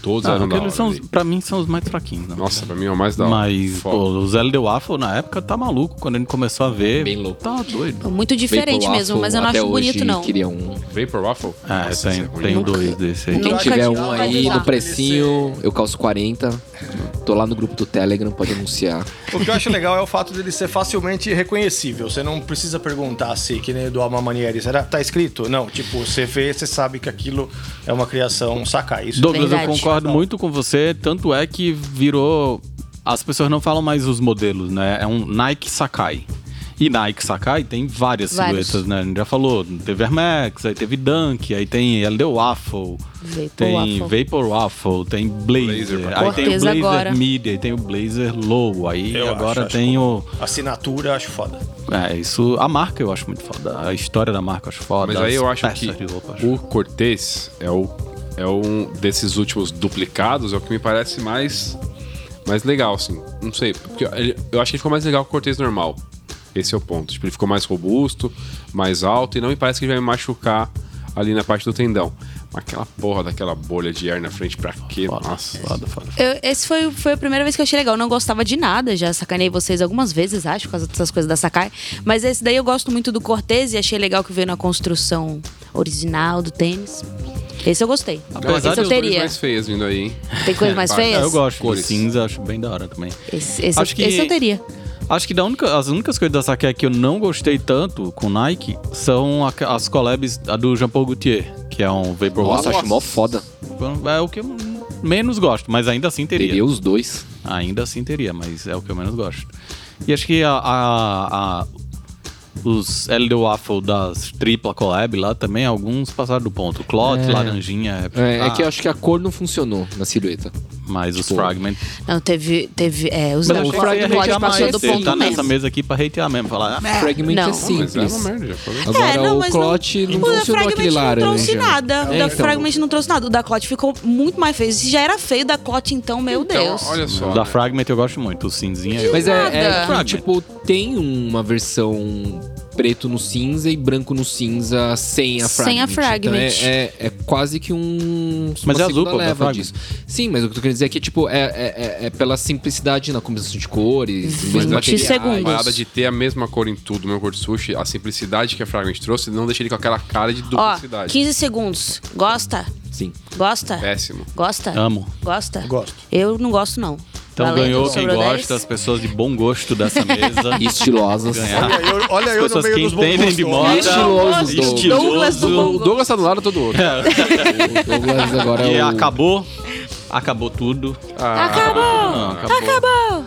Todos Não, eram da hora. aqueles Ah, são, ali. pra mim são os mais fraquinhos. Não. Nossa, pra mim é o mais da hora. Mas Foda. pô, o Zé de Waffle na época tá maluco. Quando ele começou a ver. Bem louco. Tá doido. Muito diferente Vaporwaffle, mesmo, mas eu não até acho hoje, bonito, não. Queria um. Vapor Waffle? É, Nossa, isso tem, é ruim. tem dois desse aí. Quem Nunca tiver te- um nunca aí te no dá. precinho, eu calço 40. Tô lá no grupo do Telegram, pode anunciar. O que eu acho legal é o fato dele ser facilmente reconhecível. Você não precisa perguntar se, que nem do Alma Manieri, será tá escrito? Não, tipo, você vê, você sabe que aquilo é uma criação sacar. Isso Douglas, eu Verdade. concordo muito com você. Tanto é que virou. As pessoas não falam mais os modelos, né? É um Nike Sakai. E Nike Sakai tem várias Vários. silhuetas, né? A gente já falou, teve Air Max, aí teve Dunk, aí tem LD Waffle, Vapor tem Waffle. Vapor Waffle, tem Blazer, Blazer, aí Cortez tem o Blazer agora. Media, aí tem o Blazer Low, aí Eu agora acho, acho tem o... Assinatura, acho foda. É, isso... A marca eu acho muito foda, a história da marca eu acho foda. Mas aí eu as acho peças que de roupa eu acho o Cortez é, o, é um desses últimos duplicados, é o que me parece mais, mais legal, assim. Não sei, porque ele- eu acho que ele ficou mais legal que o Cortez normal. Esse é o ponto. Tipo, ele ficou mais robusto, mais alto e não me parece que ele vai me machucar ali na parte do tendão. Mas aquela porra daquela bolha de ar na frente, pra quê? Nossa. Foda, foda. Eu- esse foi, foi a primeira vez que eu achei legal. Eu não gostava de nada, já sacanei vocês algumas vezes, acho, por causa dessas coisas da Sakai. Mas esse daí eu gosto muito do Cortez e achei legal que veio na construção original do tênis. Esse eu gostei. Apesar esse de eu dos teria. mais feias vindo aí, hein? Tem coisa mais Vai. feia? É, eu gosto, Cores. de cinza acho bem da hora também. Esse, esse, Acho que- esse eu teria. Acho que da única- as únicas coisas da Saque que eu não gostei tanto com Nike são a- as collabs a do Jean Paul Gaultier, que é um Vapor Nossa, acho mó foda. É o que eu menos gosto, mas ainda assim teria. Teria os dois. Ainda assim teria, mas é o que eu menos gosto. E acho que a, a- a- os LD Waffle das tripla collab lá também, alguns passaram do ponto. Clot, É. Laranjinha, É, é ah, que eu acho que a cor não funcionou na silhueta. mas os tipo, Fragment. Não, teve. teve é, Mas os não, eu o achei que você ia Frog Lodge hatear passou mais. do Você ponto tá nessa mesmo. mesa aqui pra hatear mesmo, falar... "Ah, Fragment Não. um é Mas é uma simples. merda, já falei. Agora É, não, o mas clote não, O da funcionou aquele Fragment não laranja. trouxe nada. O É, da então. Fragment não trouxe nada. O da Clot ficou muito mais feio. Se já era feio, o da Clot, então, meu Então, Deus. olha só. Da né? Fragment eu gosto muito, o cinzinha... eu- Mas Nada. é, é que, Fragment. tipo, tem uma versão preto no cinza e branco no cinza sem a fragment. Sem a Fragment. Então é, é- é quase que um. Mas uma é azul, segunda pô, da leva Fragment. disso. Sim, mas o que eu tô querendo dizer é que, tipo, é, é- é- é pela simplicidade na combinação de cores, Vinte dos materiais. assim, A segundos. parada de ter a mesma cor em tudo, mesmo cor de sushi, a simplicidade que a Fragment trouxe não deixa ele com aquela cara de Ó, duplicidade. 15 segundos. Gosta? Sim. Gosta? Péssimo. Gosta? Amo. Gosta? Gosto. Eu não gosto, não. Então Valendo, ganhou quem sobrou gosta, 10. as pessoas de bom gosto dessa mesa. Estilosas. Ganhar. Olha eu, olha As eu no pessoas meio que dos bons entendem de gostos. moda. Estiloso, Estiloso. Douglas do bom O gosto. Douglas tá do lado, todo outro. O Douglas agora E é o... acabou. Acabou tudo. Acabou! Ah, Não, acabou.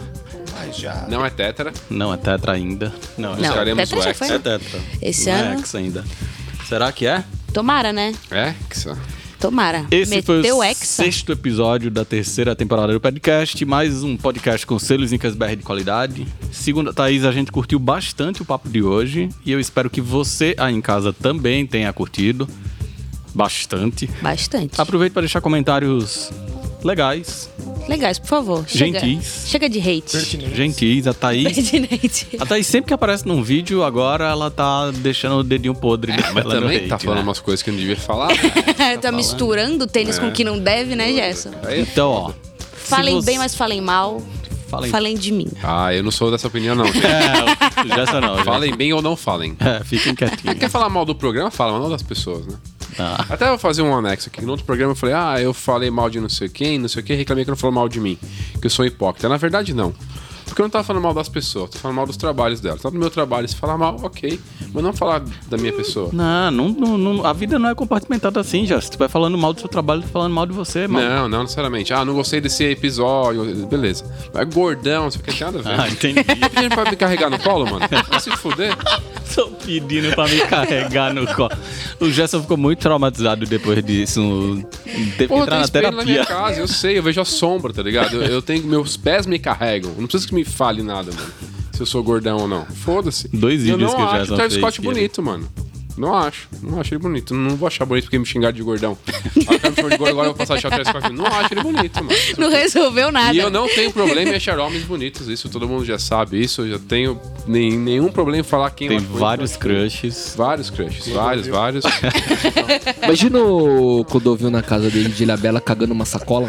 Ai, já. Não é tétara. Não, é tetra ainda. Não, Não, é Buscaremos Tetra o já Hexa. foi, tetra. É né? tetra. Esse Não é ano- hexa ainda. Será que é? Tomara, né? é Hexa. Tomara. Esse foi Meteu o Hexa. sexto episódio da terceira temporada do podcast. Mais um podcast com selos Incasbr de qualidade. Segundo a Thaís, a gente curtiu bastante o papo de hoje. E eu espero que você aí em casa também tenha curtido. Bastante. Bastante. Aproveite para deixar comentários legais, Legais, por favor. Chega. Gentis. Chega de hate. gentis. A Thaís. Pertinente. A Thaís, sempre que aparece num vídeo, agora ela tá deixando o dedinho podre dela Mas no também hate, tá falando né? umas coisas que eu não devia falar. tá misturando tênis com o que não deve, né, Gerson? Aí- Então, ó. Falem você- bem, mas falem mal. Falem- Falem, de mim. Ah, eu não sou dessa opinião, não. gente. É, já essa não. já- falem bem ou não falem. É, fiquem quietinhos. Quer falar mal do programa? Fala mal das pessoas, né? Ah. Até eu vou fazer um anexo aqui. No outro programa eu falei, ah, eu falei mal de não sei quem, não sei o quem, reclamei que não falou mal de mim, que eu sou hipócrita. Na verdade, não. Porque eu não tava falando mal das pessoas, tô falando mal dos trabalhos dela. Tá no meu trabalho, se falar mal, ok. Mas não falar da minha pessoa. Não, não, não, não- a vida não é compartimentada assim, já. Se tu vai falando mal do seu trabalho, tu tá falando é mal de você, mano. Não, não necessariamente. Ah, não gostei desse episódio. Beleza. Mas gordão, não sei o que, tem nada a ver. Ah, entendi. Tá pedindo pra me carregar no colo, mano? Vai se fuder. Tô pedindo pra me carregar no colo. O Gerson ficou muito traumatizado depois disso. Teve que Porra, entrar tem na espelho na minha terapia. casa, eu sei, eu vejo a sombra, tá ligado? Eu, eu tenho, meus pés me carregam. Não precisa que me fale nada, mano. Se eu sou gordão ou não. Foda-se. Dois eu vídeos não que o acho Jason o Travis fez Scott que ele- bonito, mano. Não acho. Não acho ele bonito. Não vou achar bonito porque me xingaram de gordão. Ah, o cara me chamou de gordo, agora eu vou passar a achar o Travis Scott bonito. Não acho ele bonito, mano. Não resolveu é nada. E eu não tenho problema em achar homens bonitos, isso todo mundo já sabe. Isso eu já tenho nem- nenhum problema em falar quem eu Tem acho bonito. vários crushes. Vários crushes, vários, vários. Imagina o Clodovil na casa dele de Ilhabela cagando uma sacola.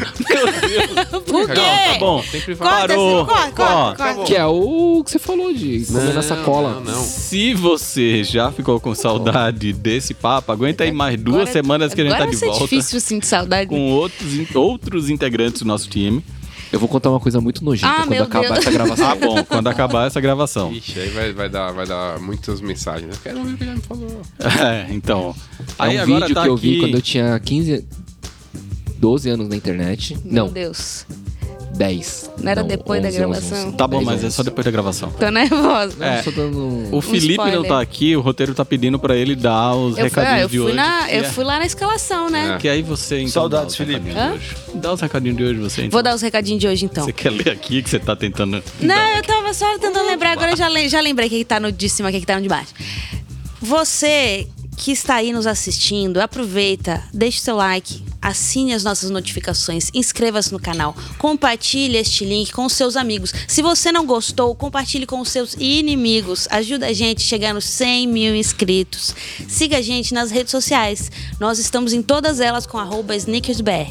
Por quê? Tá Tá bom. Sempre vai. É. Corta, Parou. Ciro, corta, Ó, corta, corta. Que é o que você falou de comer na sacola. Não, não. Se você já ficou com saudade desse papo, aguenta aí mais duas Agora- é semanas que a gente tá agora de vai ser volta difícil sentir saudade. com outros, in- outros integrantes do nosso time. Eu vou contar uma coisa muito nojenta Ah, quando meu acabar Deus. essa gravação. Ah, bom, quando acabar essa gravação. Ixi, aí vai, vai dar, vai dar muitas mensagens. né? Eu quero ouvir o que já me falou. É, então. É Aí um agora vídeo tá que eu vi aqui- quando eu tinha 15, 12 anos na internet. Meu não, Deus. 10. Não era depois da gravação? Tá bom, 10, mas é 11. só depois da gravação. Tô nervosa. É. Só dando um- O Felipe não spoiler. tá aqui, o roteiro tá pedindo pra ele dar É, os Eu, fui, recadinhos ah, eu, de fui hoje. na, eu que é- fui lá na escalação, né? Que aí você então, Saudades, dá os Felipe. recadinhos de hoje. Dá os recadinhos de hoje, você então. Vou dar os recadinhos de hoje, então. Você quer ler aqui que você tá tentando. Não, eu tava só tentando lembrar, agora eu já, lem- já lembrei o que, que tá no de cima, o que, que tá no de baixo. Você que está aí nos assistindo, aproveita, deixe seu like, assine as nossas notificações, inscreva-se no canal, compartilhe este link com seus amigos. Se você não gostou, compartilhe com os seus inimigos. Ajuda a gente a chegar nos 100 mil inscritos. Siga a gente nas redes sociais. Nós estamos em todas elas com arroba sneakersbr.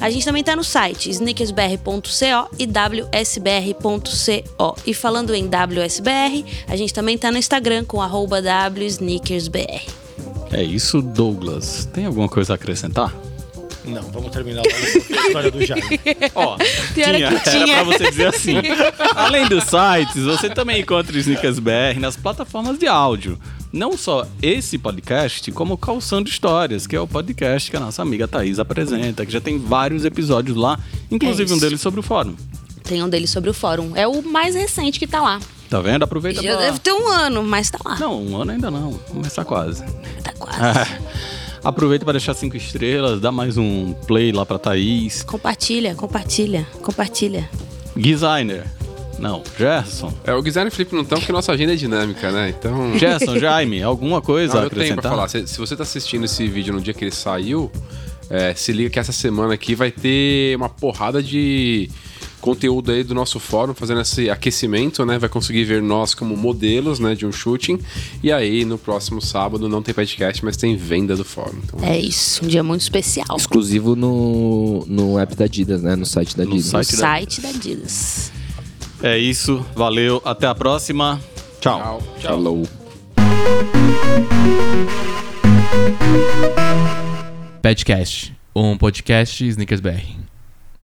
A gente também tá no site sneakersbr.co e wsbr.co. E falando em WSBR, a gente também tá no Instagram com arroba wsneakersbr. É isso, Douglas. Tem alguma coisa a acrescentar? Não, vamos terminar logo a história do Jaime. Ó, Tem hora é que tinha. Era pra você dizer assim. Além dos sites, você também encontra o Sneakers BR nas plataformas de áudio. Não só esse podcast, como o Calçando Histórias, que é o podcast que a nossa amiga Thaís apresenta, que já tem vários episódios lá, inclusive É um isso. deles sobre o fórum. Tem um dele sobre o fórum. É o mais recente que tá lá. Tá vendo? Aproveita Já pra... deve ter um ano, mas tá lá. Não, um ano ainda não. Começar quase. É. Tá quase. Aproveita pra deixar cinco estrelas, dá mais um play lá pra Thaís. Compartilha, compartilha, compartilha. Designer. Não, Gerson. É, o Guilherme e o Felipe não estão, porque nossa agenda é dinâmica, né? Então. Gerson, Jaime, alguma coisa Não, a eu tenho pra acrescentar? falar. Se, se você tá assistindo esse vídeo no dia que ele saiu, é, se liga que essa semana aqui vai ter uma porrada de conteúdo aí do nosso fórum, fazendo esse aquecimento, né? Vai conseguir ver nós como modelos, né? De um shooting. E aí, no próximo sábado, não tem podcast, mas tem venda do fórum. Então, É isso, um dia muito especial. Exclusivo no, no app da Adidas, né? No site da No Adidas. O site. site da Adidas. É isso, valeu, até a próxima. Tchau. tchau. Falou. Padcast, um podcast Sneakers BR.